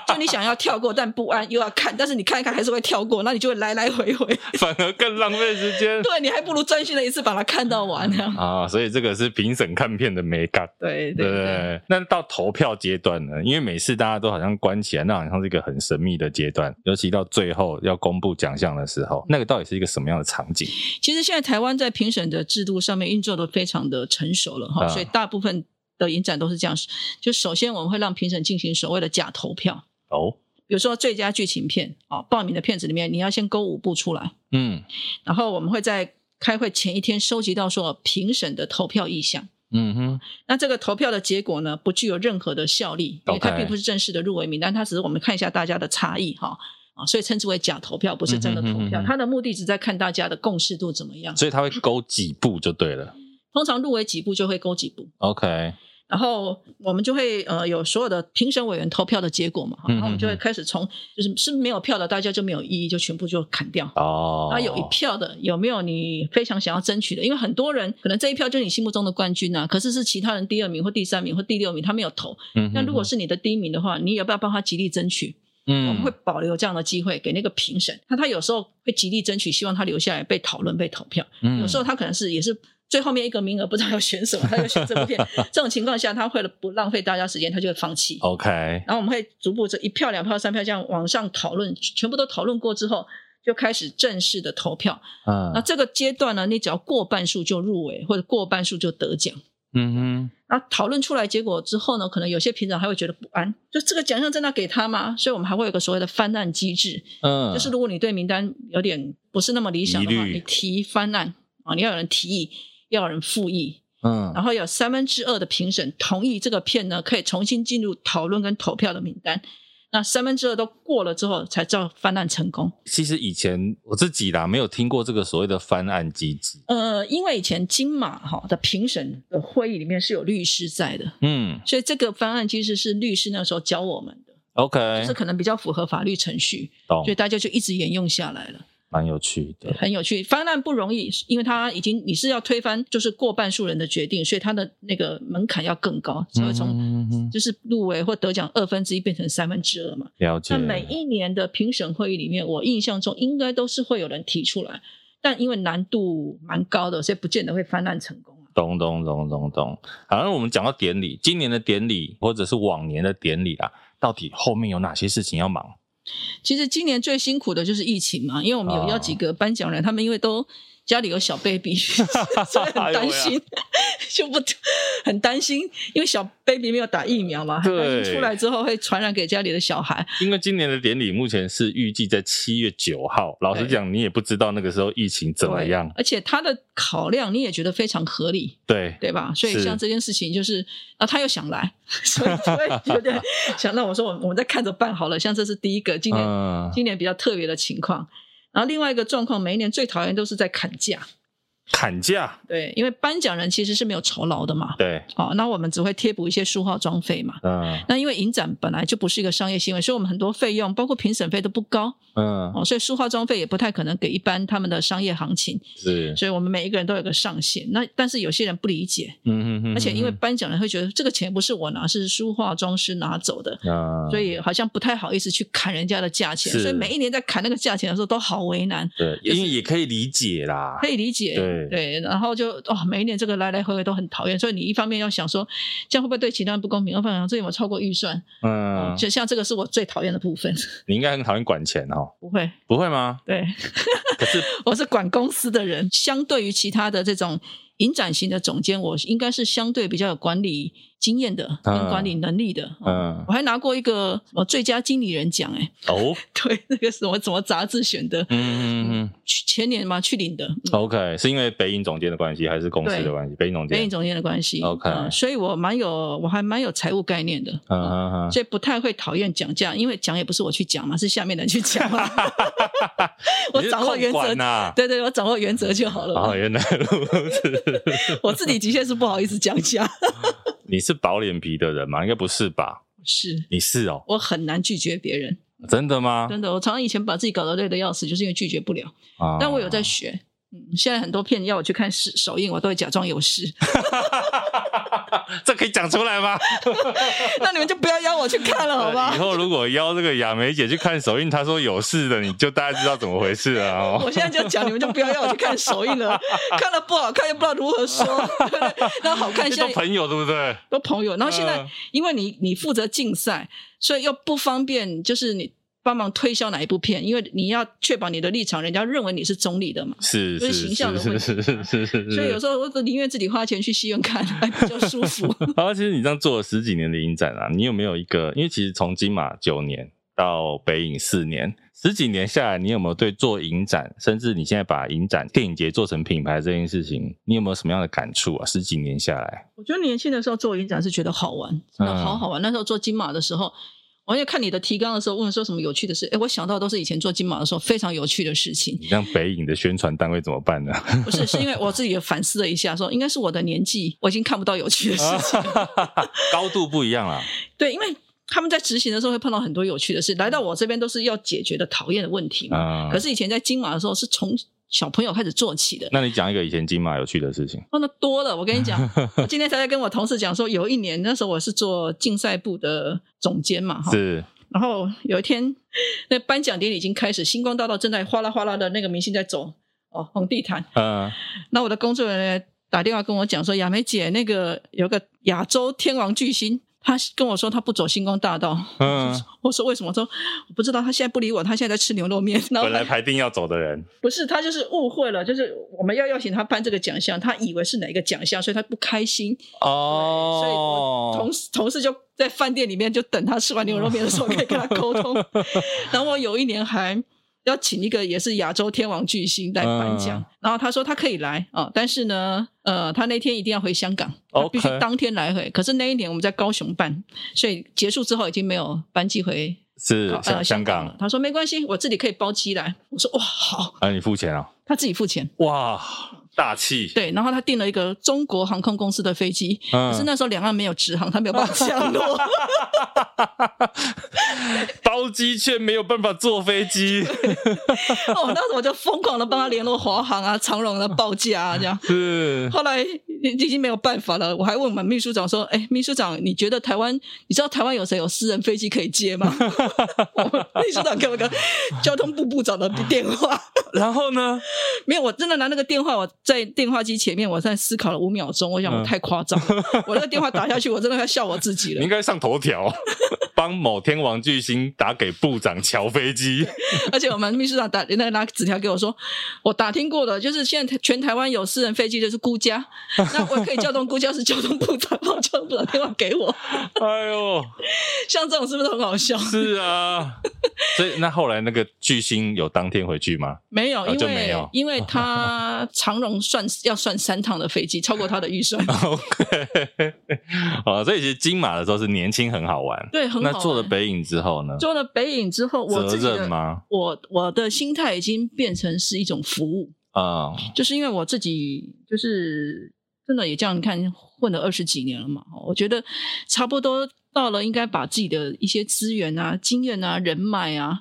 F: 就你想要跳过，但不安又要看，但是你看一看还是会跳过，那你就会来来回回。
B: 反而更浪费时间。
F: 对你还不如专心的一次把它看到完呢、
B: 啊，所以这个是评审看片的美感，
F: 对
B: 对
F: 对
B: 不
F: 对，
B: 对？那到投票阶段呢？因为每次大家都好像关起来，那好像是一个很神秘的阶段，尤其到最后要公布奖项的时候，那个到底是一个什么样的场景？
F: 其实现在台湾在评审的制度上面运作的非常的成熟了哈，
B: 啊
F: 所以大部分的影展都是这样，就首先我们会让评审进行所谓的假投票。
B: 哦，
F: 比如说最佳剧情片啊、哦，报名的片子里面，你要先勾五部出来，
B: 嗯
F: 然后我们会在开会前一天收集到说评审的投票意向。
B: 嗯哼，
F: 那这个投票的结果呢，不具有任何的效力，因为它
B: OK
F: 并不是正式的入围名单，它只是我们看一下大家的差异哈啊，所以称之为假投票，不是真的投
B: 嗯哼嗯
F: 票。
B: 哼
F: 它的目的只在看大家的共识度怎么样。
B: 所以他会勾几步就对了。
F: 通常入围几部就会勾几部，
B: OK，
F: 然后我们就会呃有所有的评审委员投票的结果嘛，哈
B: 嗯嗯嗯
F: 然后我们就会开始从就是是没有票的大家就没有意义，就全部就砍掉。
B: 哦，
F: 啊，有一票的有没有你非常想要争取的？因为很多人可能这一票就是你心目中的冠军啊，可是是其他人第二名或第三名或第六名，他没有投。
B: 嗯哼，
F: 那如果是你的第一名的话，你要不要帮他极力争取？我
B: 嗯
F: 们会保留这样的机会给那个评审。那他有时候会极力争取，希望他留下来被讨论、被投票。
B: 嗯
F: 有时候他可能是也是最后面一个名额，不知道要选什么，他就选这 部片。这种情况下，他为了不浪费大家时间，他就会放弃。
B: 哦 OK，
F: 然后我们会逐步这一票、两票、三票这样往上讨论，全部都讨论过之后，就开始正式的投票。
B: 嗯
F: 那这个阶段呢，你只要过半数就入围，或者过半数就得奖。
B: 嗯
F: 然后讨论出来结果之后呢，可能有些评审还会觉得不安，就这个奖项真的要给他吗？所以我们还会有个所谓的翻案机制，
B: 哼，嗯，
F: 就是如果你对名单有点不是那么理想的话，
B: 疑虑
F: 你提翻案啊，你要有人提议，要有人复议，
B: 嗯
F: 然后有三分之二的评审同意这个片呢可以重新进入讨论跟投票的名单。那三分之二都过了之后，才叫翻案成功。
B: 其实以前我自己啦，没有听过这个所谓的翻案机制。
F: 呃，因为以前金马哈的评审的会议里面是有律师在的，
B: 嗯
F: 所以这个方案其实是律师那时候教我们的，
B: ，OK，
F: 就是可能比较符合法律程序，
B: 懂
F: 所以，大家就一直沿用下来了，
B: 蛮有趣的。
F: 很有趣。方案不容易，因为它已经你是要推翻就是过半数人的决定，所以它的那个门槛要更高，才会从
B: 嗯嗯嗯嗯
F: 就是入围或得奖二分之一变成三分之二嘛。
B: 了解。
F: 那每一年的评审会议里面，我印象中应该都是会有人提出来，但因为难度蛮高的，所以不见得会翻案成功啊。
B: 懂懂懂懂懂。好，那我们讲到典礼，今年的典礼或者是往年的典礼啊，到底后面有哪些事情要 忙？
F: 其实今年最辛苦的就是疫情嘛，因为我们有
B: 哦
F: 邀几个颁奖人，他们因为都家里有小 baby，所 以
B: 哎
F: 很
B: 啊
F: 担心，就不很担心，因为小 baby 没有打疫苗嘛，很担
B: 对
F: 心出来之后会传染给家里的小孩。
B: 啊因为今年的典礼目前是预计在七月九号。老实讲，你也不知道那个时候疫情怎么
F: 对
B: 样。
F: 而且他的考量你也觉得非常合理，
B: 对，
F: 对吧？所以
B: 是
F: 像这件事情，就是啊，他又想来， 所以就会觉 得想到我说我们我们再看着办好了。像这是第一个，今年、
B: 嗯，
F: 今年比较特别的情况。然后另外一个状况，每一年最讨厌都是在砍价，
B: 砍价，
F: 对，因为颁奖人其实是没有酬劳的嘛，
B: 对，
F: 哦，那我们只会贴补一些书画装费嘛。
B: 嗯
F: 那因为影展本来就不是一个商业新闻，所以我们很多费用，包括评审费都不高
B: 嗯，
F: 哦，所以书画装费也不太可能给一般他们的商业行情，
B: 是，
F: 所以我们每一个人都有个上限。那但是有些人不理解，
B: 嗯哼哼，
F: 而且因为
B: 哼
F: 颁奖人会觉得这个钱不是我拿，是书画装师拿走的，
B: 嗯，
F: 所以好像不太好意思去砍人家的价钱，
B: 是
F: 所以每一年在砍那个价钱的时候都好为难，
B: 对，因为也可以理解啦
F: 可，以理解，
B: 对
F: 然后就哦，每一年这个来来回回都很讨厌，所以你一方面要想说这样会不会对其他人不公平，二方面想这有没有超过预算，
B: 嗯，
F: 就哦像这个是我最讨厌的部分，
B: 你应该很讨厌管钱哦，
F: 不会，
B: 不会吗？
F: 对，
B: 可是
F: 我是管公司的人，相对于其他的这种影展型的总监，我应该是相对比较有管理经验的，跟
B: 嗯
F: 管理能力的，嗯
B: 嗯
F: 我还拿过一个什么最佳经理人奖，哎，
B: 哦，
F: 对，那个什么什么杂志选的，
B: 嗯嗯嗯
F: 去前年嘛去领的，嗯
B: ，OK，是因为北影总监的关系还是公司的
F: 对
B: 关系？北影总监，
F: 北影总监的关系
B: OK
F: 嗯所以我蛮有，我还蛮有财务概念的，
B: 嗯，嗯嗯，
F: 所以不太会讨厌讲价，因为讲也不是我去讲嘛，是下面的人去讲 嘛，我
B: 你是
F: 掌握
B: 控
F: 原则
B: 管呐。
F: 对对，我掌握原则就好了嘛
B: 哦，原来如此，
F: 我自己极限是不好意思讲价，
B: 你是薄脸皮的人吗？应该不是吧？
F: 是
B: 你是哦，
F: 我很难拒绝别人，
B: 真的吗？
F: 真的，我常常以前把自己搞得累得要死，就是因为拒绝不了。
B: 啊
F: 但我有在学。嗯，现在很多片要我去看试首映，我都会假装 有事。
B: 这可以讲出来吗？
F: 那你们就不要邀我去看 了， 好
B: 以
F: 吧？
B: 后如果邀这个雅梅姐去看首映，她说有事的，你就大家知道怎么回事了哦。
F: 我现在就讲，你们就不要邀我去看首 映了。看了不好看，又不知道如何说。 对不对那好看，
B: 这
F: 现
B: 都
F: 在
B: 朋友对不对？
F: 都朋友。然后现在
B: 嗯，
F: 因为你你负责竞赛，所以又不方便，就是你帮忙推销哪一部片，因为你要确保你的立场，人家认为你是中立的嘛。
B: 是
F: 就是是形象的
B: 是
F: 问
B: 是
F: 题啊
B: 是是是。
F: 所以有时候我都宁愿自己花钱去戏院看， 还比较舒服。
B: 好，其实你这样做了十几年的影展啊，你有没有一个？因为其实从金马九年到北影四年，十几年下来，你有没有对做影展，甚至你现在把影展电影节做成品牌这件事情，你有没有什么样的感触啊？十几年下来，
F: 我觉得年轻的时候做影展是觉得好玩，真的好好玩。那时候做金马的时候，我也看你的提纲的时候，问说什么有趣的事，哎，我想到都是以前做金马的时候非常有趣的事情。
B: 你让北影的宣传单位怎么 办呢？
F: 不是，是因为我自己也反思了一下说应该是我的年纪，我已经看不到有趣的
B: 啊
F: 事情。
B: 高度不一样啦，
F: 对，因为他们在执行的时候会碰到很多有趣的事，来到我这边都是要解决的讨厌的问题嘛。
B: 啊、
F: 可是以前在金马的时候是从小朋友开始做起的，
B: 那你讲一个以前金马有趣的事情。
F: 哦，那多了。我跟你 讲，我今天才在跟我同事讲说，有一年那时候我是做竞赛部的总监嘛，哈，
B: 是，
F: 然后有一天，那颁奖典礼已经开始，星光大道正在哗啦哗啦的那个明星在走哦，红地毯。
B: 嗯，
F: 那我的工作人员打电话跟我讲说，雅梅姐，那个有个亚洲天王巨星，他跟我说他不走星光大道。
B: 嗯
F: 我说为什么？他说我不知道，他现在不理我，他现在在吃牛肉面。然 后
B: 本来排定要走的人，
F: 不是他就是误会了，就是我们要邀请他颁这个奖项，他以为是哪一个奖项，所以他不开心。
B: 哦
F: 所以我同事同事就在饭店里面就等他吃完牛肉面的时候可以跟他沟 通。然后我有一年还要请一个也是亚洲天王巨星来颁奖，
B: 嗯
F: 然后他说他可以来啊、但是呢，呃，他那天一定要回香港，他
B: OK
F: 必须当天来回。可是那一年我们在高雄办，所以结束之后已经没有班机回
B: 是
F: 呃
B: 香香港
F: 了，他说没关系，我自己可以包机来。我说哇好，
B: 啊，你付钱啊，
F: 他自己付钱。
B: 哇，大气，
F: 对，然后他订了一个中国航空公司的飞机，
B: 嗯
F: 可是那时候两岸没有直航，他没有办法降落。
B: 包机却没有办法坐飞机，
F: 哦，那时候我就疯狂的帮他联络华航啊、长荣的报价啊，这样。
B: 是
F: 后来已已经没有办法了，我还问我们秘书长说：“哎，秘书长，你觉得台湾，你知道台湾有谁有私人飞机可以接吗？” 我们秘书长给我个交通部部长的电话，
B: 然后呢？
F: 没有，我真的拿那个电话，我在电话机前面，我在思考了五秒钟，我想我
B: 嗯
F: 太夸张了，我那个电话打下去，我真的要笑我自己
B: 你
F: 了
B: 应。该上头条，帮某天王巨星打给部长乔飞机，
F: 而且我们秘书长打那拿纸条给我说，我打听过的，就是现在全台湾有私人飞机就是估价，那我可以叫动估价是交通部长，帮交通部长电话给我，
B: 哎呦，
F: 像这种是不是很好笑？
B: 是啊， 所以那后来那个巨星有当天回去吗？
F: 没有，
B: 哦
F: 因
B: 就没
F: 为、
B: 有，
F: 因为他长荣算要算三趟的飞机，超过他的预算
B: OK，啊，所以其实金马的时候是年轻很好玩，
F: 对，很好玩。
B: 那做了北影之后呢？
F: 做了北影之后，我
B: 责
F: 自己的
B: 任吗？
F: 我我的心态已经变成是一种服务，
B: 啊、
F: 就是因为我自己就是真的也这样看混了二十几年了嘛，哦我觉得差不多到了应该把自己的一些资源啊、经验啊、人脉啊，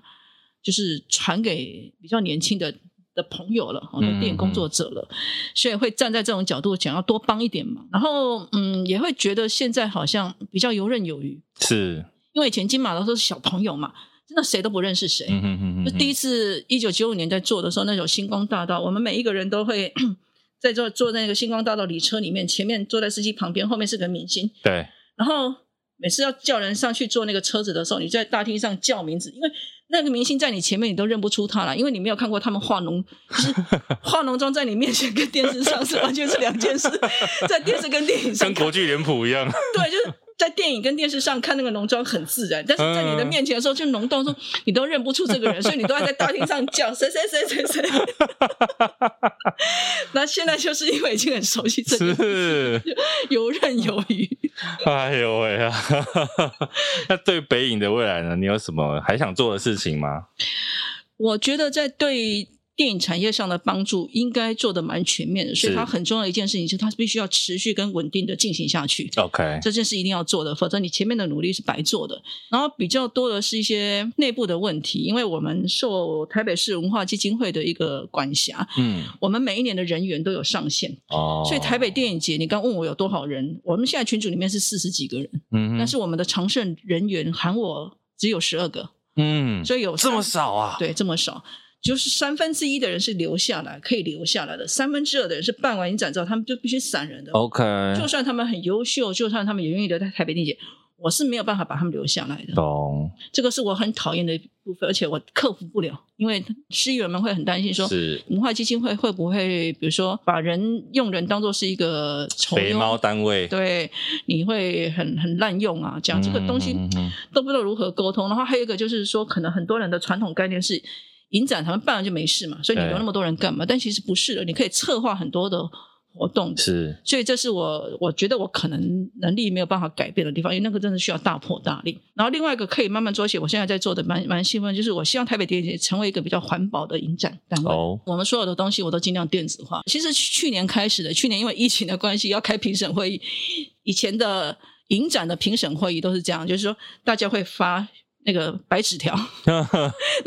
F: 就是传给比较年轻的。的朋友了，哦，都电影工作者了，所以会站在这种角度想要多帮一点忙，然后嗯，也会觉得现在好像比较游刃有余，
B: 是，
F: 因为以前金马的时候是小朋友嘛，真的谁都不认识谁，
B: 嗯哼哼哼
F: 就
B: 哼，
F: 第一次一九九五年在做的时候，那种星光大道，我们每一个人都会 在坐坐在那个星光大道里车里面，前面坐在司机旁边，后面是个明星。
B: 对，
F: 然后每次要叫人上去坐那个车子的时候，你在大厅上叫名字，因为那个明星在你前面，你都认不出他了，因为你没有看过他们化浓，就是 化浓妆在你面前跟电视上是完全是两件事， 在电视跟电影上
B: 跟
F: 看
B: 国剧脸谱一样，
F: 对，就是在电影跟电视上看那个浓妆很自然，但是在你
B: 嗯
F: 的面前的时候就浓到说你都认不出这个人，所以你都要在大厅上叫谁谁谁谁谁。那现在就是因为已经很熟悉这个，
B: 是，
F: 游刃有余。
B: 哎呦喂啊！ 那对北影的未来呢？你有什么还想做的事情吗？
F: 我觉得在对。电影产业上的帮助应该做的蛮全面的，所以
B: 是
F: 它很重要的一件事情就是它必须要持续跟稳定的进行下去。
B: OK，
F: 这件事一定要做的，否则你前面的努力是白做的。然后比较多的是一些内部的问题，因为我们受台北市文化基金会的一个管辖，
B: 嗯，
F: 我们每一年的人员都有上限，
B: 哦，
F: 所以台北，电影节，你刚问我有多少人，我们现在群组里面是四十几个人，
B: 嗯哼，
F: 但是我们的常胜人员喊我只有十二个，
B: 嗯，
F: 所以有
B: 这么少啊？，
F: 对这么少。就是三分之一的人是留下来，可以留下来的；三分之二的人是办完影展之后，他们就必须散人的。
B: ，OK，
F: 就算他们很优秀，就算他们也愿意留在台北地界，我是没有办法把他们留下来的。
B: 懂，
F: 这个是我很讨厌的一部分，而且我克服不了，因为市议员们会很担心说，
B: 是
F: 文化基金会会不会，比如说把人用人当做是一个酬
B: 肥
F: 庸
B: 猫单位，
F: 对，你会很很滥用啊，讲
B: 嗯，
F: 这个东西
B: 嗯嗯嗯
F: 都不知道如何沟通。然后还有一个就是说，可能很多人的传统概念是。影展他们办了就没事嘛，所以你
B: 对
F: 留那么多人干嘛？但其实不是的，你可以策划很多的活动的，
B: 是，
F: 所以这是我我觉得我可能能力没有办法改变的地方，因为那个真的需要大破大立。然后另外一个可以慢慢做，而且我现在在做的蛮蛮兴奋，就是我希望台北电影节成为一个比较环保的影展单位。
B: 哦，
F: 我们所有的东西我都尽量电子化。其实去年开始的，去年因为疫情的关系要开评审会议，以前的影展的评审会议都是这样，就是说大家会发那个白纸条，然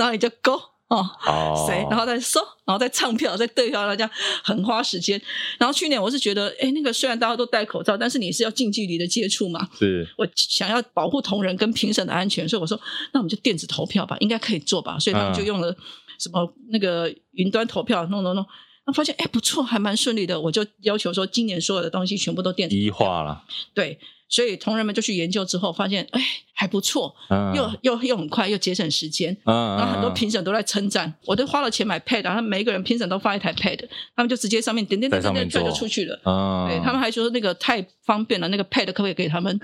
F: 后你就勾哦，
B: 哦，
F: 谁，然后再收，然后再唱票，再对票，大家很花时间。然后去年我是觉得，哎，那个虽然大家都戴口罩，但是你是要近距离的接触嘛，
B: 是
F: 我想要保护同仁跟评审的安全，所以我说，那我们就电子投票吧，应该可以做吧。所以他们就用了什么那个云端投票，弄弄弄。然后发现哎不错，还蛮顺利的，我就要求说今年所有的东西全部都电子
B: 一化了，
F: 对，所以同仁们就去研究之后发现哎还不错，
B: 嗯，
F: 又又又很快，又节省时间，
B: 嗯，嗯，
F: 然后很多
B: 嗯
F: 评审都在称赞，我都花了钱买 pad，然后每一个人评审都发一台 pad，他们就直接上面点点点
B: 在上
F: 点
B: 面
F: 点票就
B: 做
F: 出去了。
B: 嗯，
F: 对他们还说那个太方便了，那个 pad 可不可以给他们？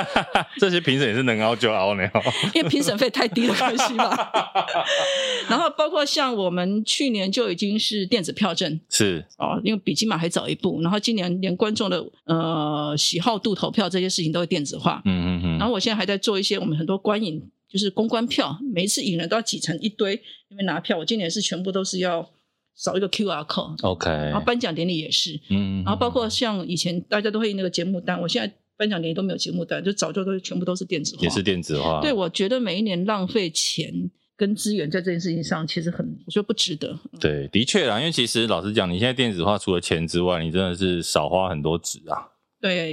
B: 这些评审也是能熬就熬呢。
F: 因为评审费太低的关系吧。 然后包括像我们去年就已经是电子票证
B: 是，
F: 哦，因为比金马还早一步。然后今年连观众的呃喜好度投票这些事情都会电子化。
B: 嗯嗯嗯，
F: 然后我现在还在做一些我们很多观影就是公关票，每一次影人都要挤成一堆那边拿票。我今年是全部都是要扫一个 QR code，
B: OK，
F: 然后颁奖典礼也是，
B: 哦嗯，
F: 然后包括像以前大家都会那个节目单，我现在颁奖典礼都没有节目单，就早就都全部都是电子化。
B: 也是电子化，
F: 对，我觉得每一年浪费钱跟资源在这件事情上，其实很我觉得不值得。
B: 对，的确啦，因为其实老实讲，你现在电子化除了钱之外，你真的是少花很多纸啊。
F: 对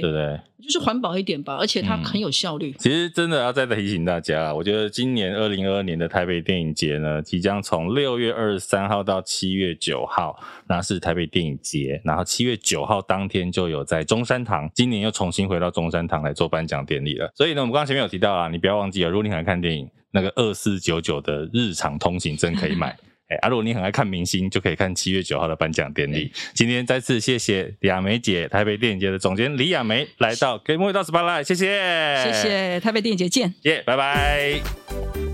B: 对，不对？
F: 就是环保一点吧，而且它
B: 嗯
F: 很有效率。
B: 其实真的要再提醒大家啊啦，我觉得今年二零二二年的台北电影节呢，即将从六月二十三号到七月九号，那是台北电影节，然后七月九号当天就有在中山堂，今年又重新回到中山堂来做颁奖典礼了。所以呢，我们刚刚前面有提到啊啦，你不要忘记了，如果你很爱看电影，那个二四九九的日常通行证可以 买。哎，啊，如果你很爱看明星，就可以看七月九号的颁奖典礼。今天再次谢谢李亚梅姐，台北电影节的总监李亚梅来到《给幕到 s p o t l i 谢谢，
F: 谢谢，台北电影节见。
B: 耶，拜拜。